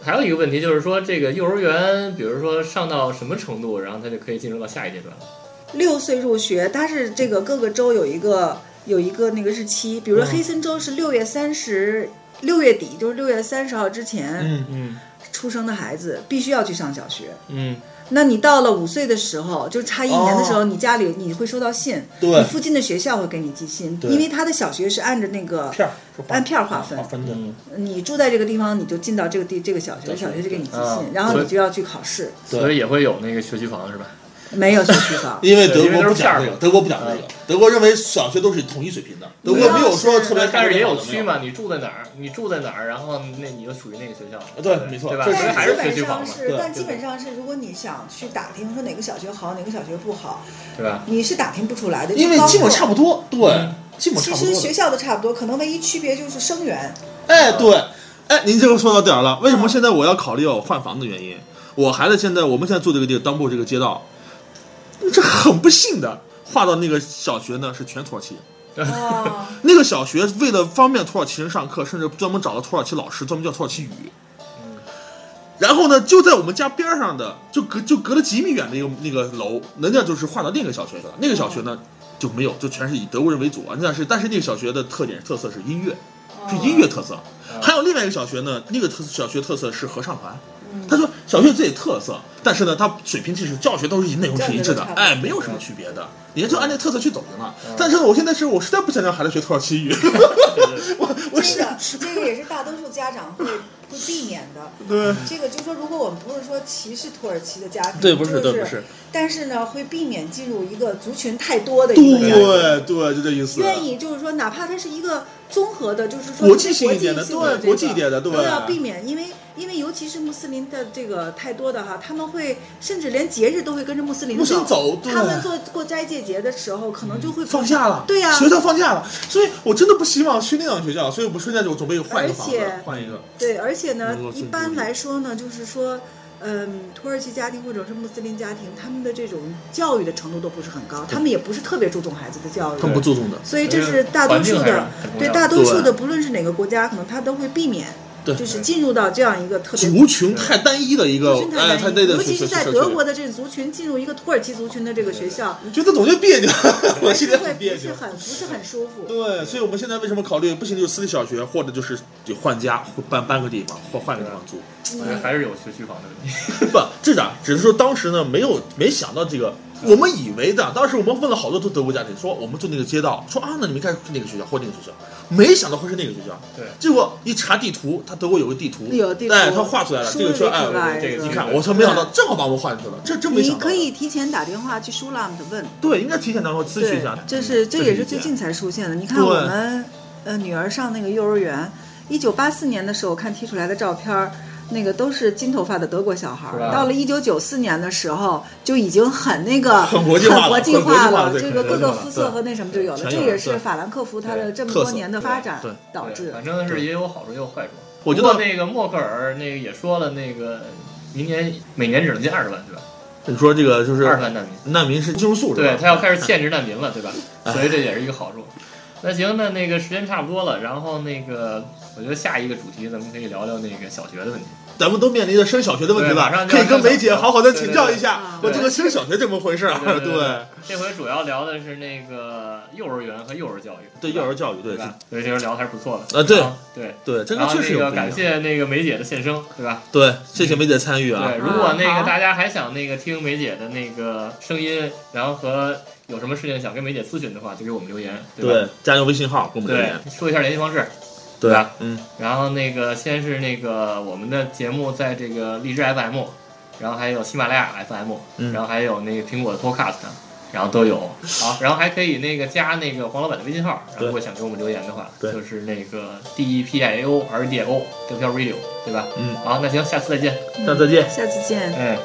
B: 还有一个问题就是说，这个幼儿园，比如说上到什么程度，然后他就可以进入到下一阶段了？
D: 六岁入学，它是这个各个州有一个有一个那个日期，比如说
B: 嗯
D: 黑森州是六月三十、六月底，就是六月三十号之前
C: 嗯，
B: 嗯
D: 出生的孩子必须要去上小学。
B: 嗯
D: 那你到了五岁的时候，就差一年的时候，
C: 哦
D: 你家里你会收到信，
C: 对
D: 你附近的学校会给你寄信，
C: 对
D: 因为他的小学是按着那个
C: 片儿是划
D: 按片儿划分
C: 划分的。
B: 嗯，
D: 你住在这个地方，你就进到这个地这个小学，
C: 对
D: 小学就给你寄
B: 啊
D: 信，然后
B: 所
D: 你
B: 以
D: 就要去考试，
C: 对。
B: 所以也会有那个学区房是吧？
D: 没有学区房
C: 因为德
B: 对因为
C: 国
B: 都是
C: 不
B: 嗯片
C: 讲
B: 儿
C: 这个，
B: 嘛
C: 德国不讲这个，德国认为小学都是统一水平的，德国
D: 啊
C: 没有说特别，
B: 但是也有区。嘛，你住在哪儿，你住在哪儿，然后那你就属于那个学校。
C: 啊对没错
B: 对吧？
C: 这
B: 所
C: 是
B: 以
D: 但
B: 还
D: 基
B: 是学
D: 本
B: 区房
D: 上
B: 嘛，
D: 是，
C: 对
D: 但基本上是，如果你想去打听说哪个小学好，哪个小学不好，
B: 对吧？
D: 你是打听不出来的。
C: 因为
D: 就包括
C: 基本差不多，对
B: 嗯，
C: 基本
D: 其
C: 差不
D: 实
C: 多
D: 学
C: 的。
D: 校都差不多，可能唯一区别就是 生源。
C: 哎，对，哎，您这个说到点儿了。为什
D: 嗯
C: 么现在我要考虑要换房的原因？我孩子现在，我们现在住这个地儿，当铺这个街道，这很不幸的，划到那个小学呢是全土耳其。
D: 哦，
C: 那个小学为了方便土耳其人上课，甚至专门找了土耳其老师，专门教土耳其语。然后呢，就在我们家边儿上的，就隔就隔了几米远的一个那个楼，人家就是划到那个小学去了。那个小学呢，就没有，就全是以德国人为主啊。那是，但是那个小学的特点特色是音乐，是音乐特色。
D: 嗯
C: 还有另外一个小学呢，那个特小学特色是合唱团。
D: 嗯
C: 他说小学有自己的特色，但是呢，他水平其实教学都是以内容是一致的
D: 教学都差不，多嗯
C: 哎，没有什么区别的，也就按那特色去走就行了。但是呢，我现在是我实在不想让孩子学土耳其语，我我
D: 这
C: 是
D: 个这个也是大多数家长会会避免的。
C: 对
D: 这个就说，如果我们不是说歧视土耳其的家庭，
C: 对不是
D: 就
C: 对不是，
D: 但是呢，会避免进入一个族群太多的一个家庭。
C: 对对，就这意思。
D: 愿意就是说，哪怕它是一个综合的，就是说
C: 国际性一点
D: 国
C: 的
D: 际性的
C: 对国际一点的
D: 这个
C: 对
D: 都要避免，因为因为尤其是穆斯林的这个太多的哈，他们会甚至连节日都会跟着穆斯林
C: 穆斯林走对嗯
D: 他们做过斋戒节的时候，可能就会
C: 放假了，
D: 对呀、
C: 学校放假了，所以我真的不希望去那样的学校，所以我现在就准备换一个房子
D: 而且，
C: 换一个。
D: 对，而且呢
C: 能够，
D: 一
C: 进入
D: 般
C: 这个
D: 来说呢，就是说，嗯，土耳其家庭或者是穆斯林家庭，他们的这种教育的程度都不是很高，他们也不是特别注重孩子的教育
C: 他。们不注重的，
D: 所以这是大多
B: 呃环
D: 数
B: 境还是
D: 的
B: 很重，要
D: 对大多数的，
C: 对
D: 不论是哪个国家，可能他都会避免，
C: 对
D: 就是进入到这样一个特别
C: 族群太单一的一个
D: 族群，太
C: 哎，太
D: 单
C: 那
D: 一，
C: 个
D: 尤
C: 学
D: 其是
C: 学
D: 在
C: 学
D: 德
C: 学
D: 国的这个族群进入一个土耳其族群的这个学校，
C: 觉得总觉得别扭，我现在
D: 会
C: 很
D: 不
C: 别
D: 是
C: 扭。
D: 很不是很舒服。
C: 对，所以我们现在为什么考虑不行就是私立小学，或者就是就换家，或搬搬个地方，或换个地方住。
B: 我
D: 嗯
C: 哎
B: 觉得还是有学区房的问题。
C: 不，这咋？只是说当时呢，没有没想到这个，我们以为的。当时我们问了好多都德国家庭，说我们住那个街道，说啊，那你们该去那个学校或那个学校，没想到会是那个学校。
B: 对
C: 结果一查地图，它德国有个地图，
D: 有地图
C: 哎，它画出来了，
D: 输
C: 这个
D: 入
C: 圈，
D: 地图吧
C: 哎，
B: 这个
C: 你
B: 地
C: 看，
B: 图
C: 我操，没想到，正好把我们换进去了，这真没想
D: 你
C: 到。
D: 可以提前打电话去舒拉姆的问，
C: 对，应该提前然后咨询
D: 对
C: 一下，。嗯
D: 这是这也是最
C: 意见
D: 近才出现的。你看我们呃女儿上那个幼儿园，一九八四年的时候，我看贴出来的照片儿。那个都是金头发的德国小孩
B: 是
D: 儿，
B: 吧
D: 到了一九九四年的时候，就已经很那个
C: 很国际化了
D: 很国际化
C: 很国际化了对
D: 这个各
C: 很国际
D: 个
C: 化
D: 肤色
C: 对
D: 和那什么就有了。
C: 全
D: 这
C: 有了
D: 也是
C: 对
D: 法兰克福它的
B: 对
D: 这么
C: 特
D: 多
C: 色
D: 年的
C: 对
D: 发展
C: 对
D: 导致
B: 对，反正是
C: 对
B: 也有好处，也有坏处。
C: 我觉
B: 不过
C: 得
B: 那个默克尔那个也说了，那个明年每年只能进二十万，对吧？
C: 你说这个就是
B: 二十万难民。
C: 难民是中素质，
B: 对他要开始限制难民了，对吧？
C: 哎
B: 所以这也是一个好处。那行，那那个时间差不多了，然后那个我觉得下一个主题咱们可以聊聊那个小学的问题。
C: 咱们都面临着升小学的问题
B: 对马
C: 吧
B: 上，就
C: 可
B: 要
C: 以跟梅姐
B: 上小学
C: 好好的请教一
D: 对对
C: 下
D: 对，
C: 我这个升小学怎么回事儿？
B: 对对对
C: 对
B: 这回主要聊的是那个幼儿园和幼儿教育，
C: 对
B: 吧
C: 幼儿教育，对
B: 对吧？所以这回聊的还是不错的。
C: 啊对
B: 啊对，
C: 对，这
B: 然
C: 个
B: 后
C: 确实
B: 那
C: 有
B: 个
C: 不一
B: 感
C: 样。
B: 谢那个梅姐的献声，对吧？
C: 对，谢谢梅姐参与啊
B: 对，。如果
G: 啊
B: 那
G: 好
B: 个大家还想那个听梅姐的那个声音，然后和有什么事情想跟梅姐咨询的话，就给我们留言，吧？
C: 对，加用微信号给我们留
B: 对
C: 言。，
B: 说一下联系方式。
C: 对
B: 吧，
C: 嗯，
B: 然后那个先是那个我们的节目在这个荔枝 FM，然后还有喜马拉雅 FM，、
C: 嗯
B: 然后还有那个苹果的 Podcast，然后都有。好，然后还可以那个加那个黄老板的微信号，然后
C: 对
B: 如果想给我们留言的话，
C: 对
B: 就是那个 D E P I A O R D I O 得票 radio，对吧？
C: 嗯
B: 好，那行，下次再见，
C: 那再见。
D: 下次见。
B: 哎。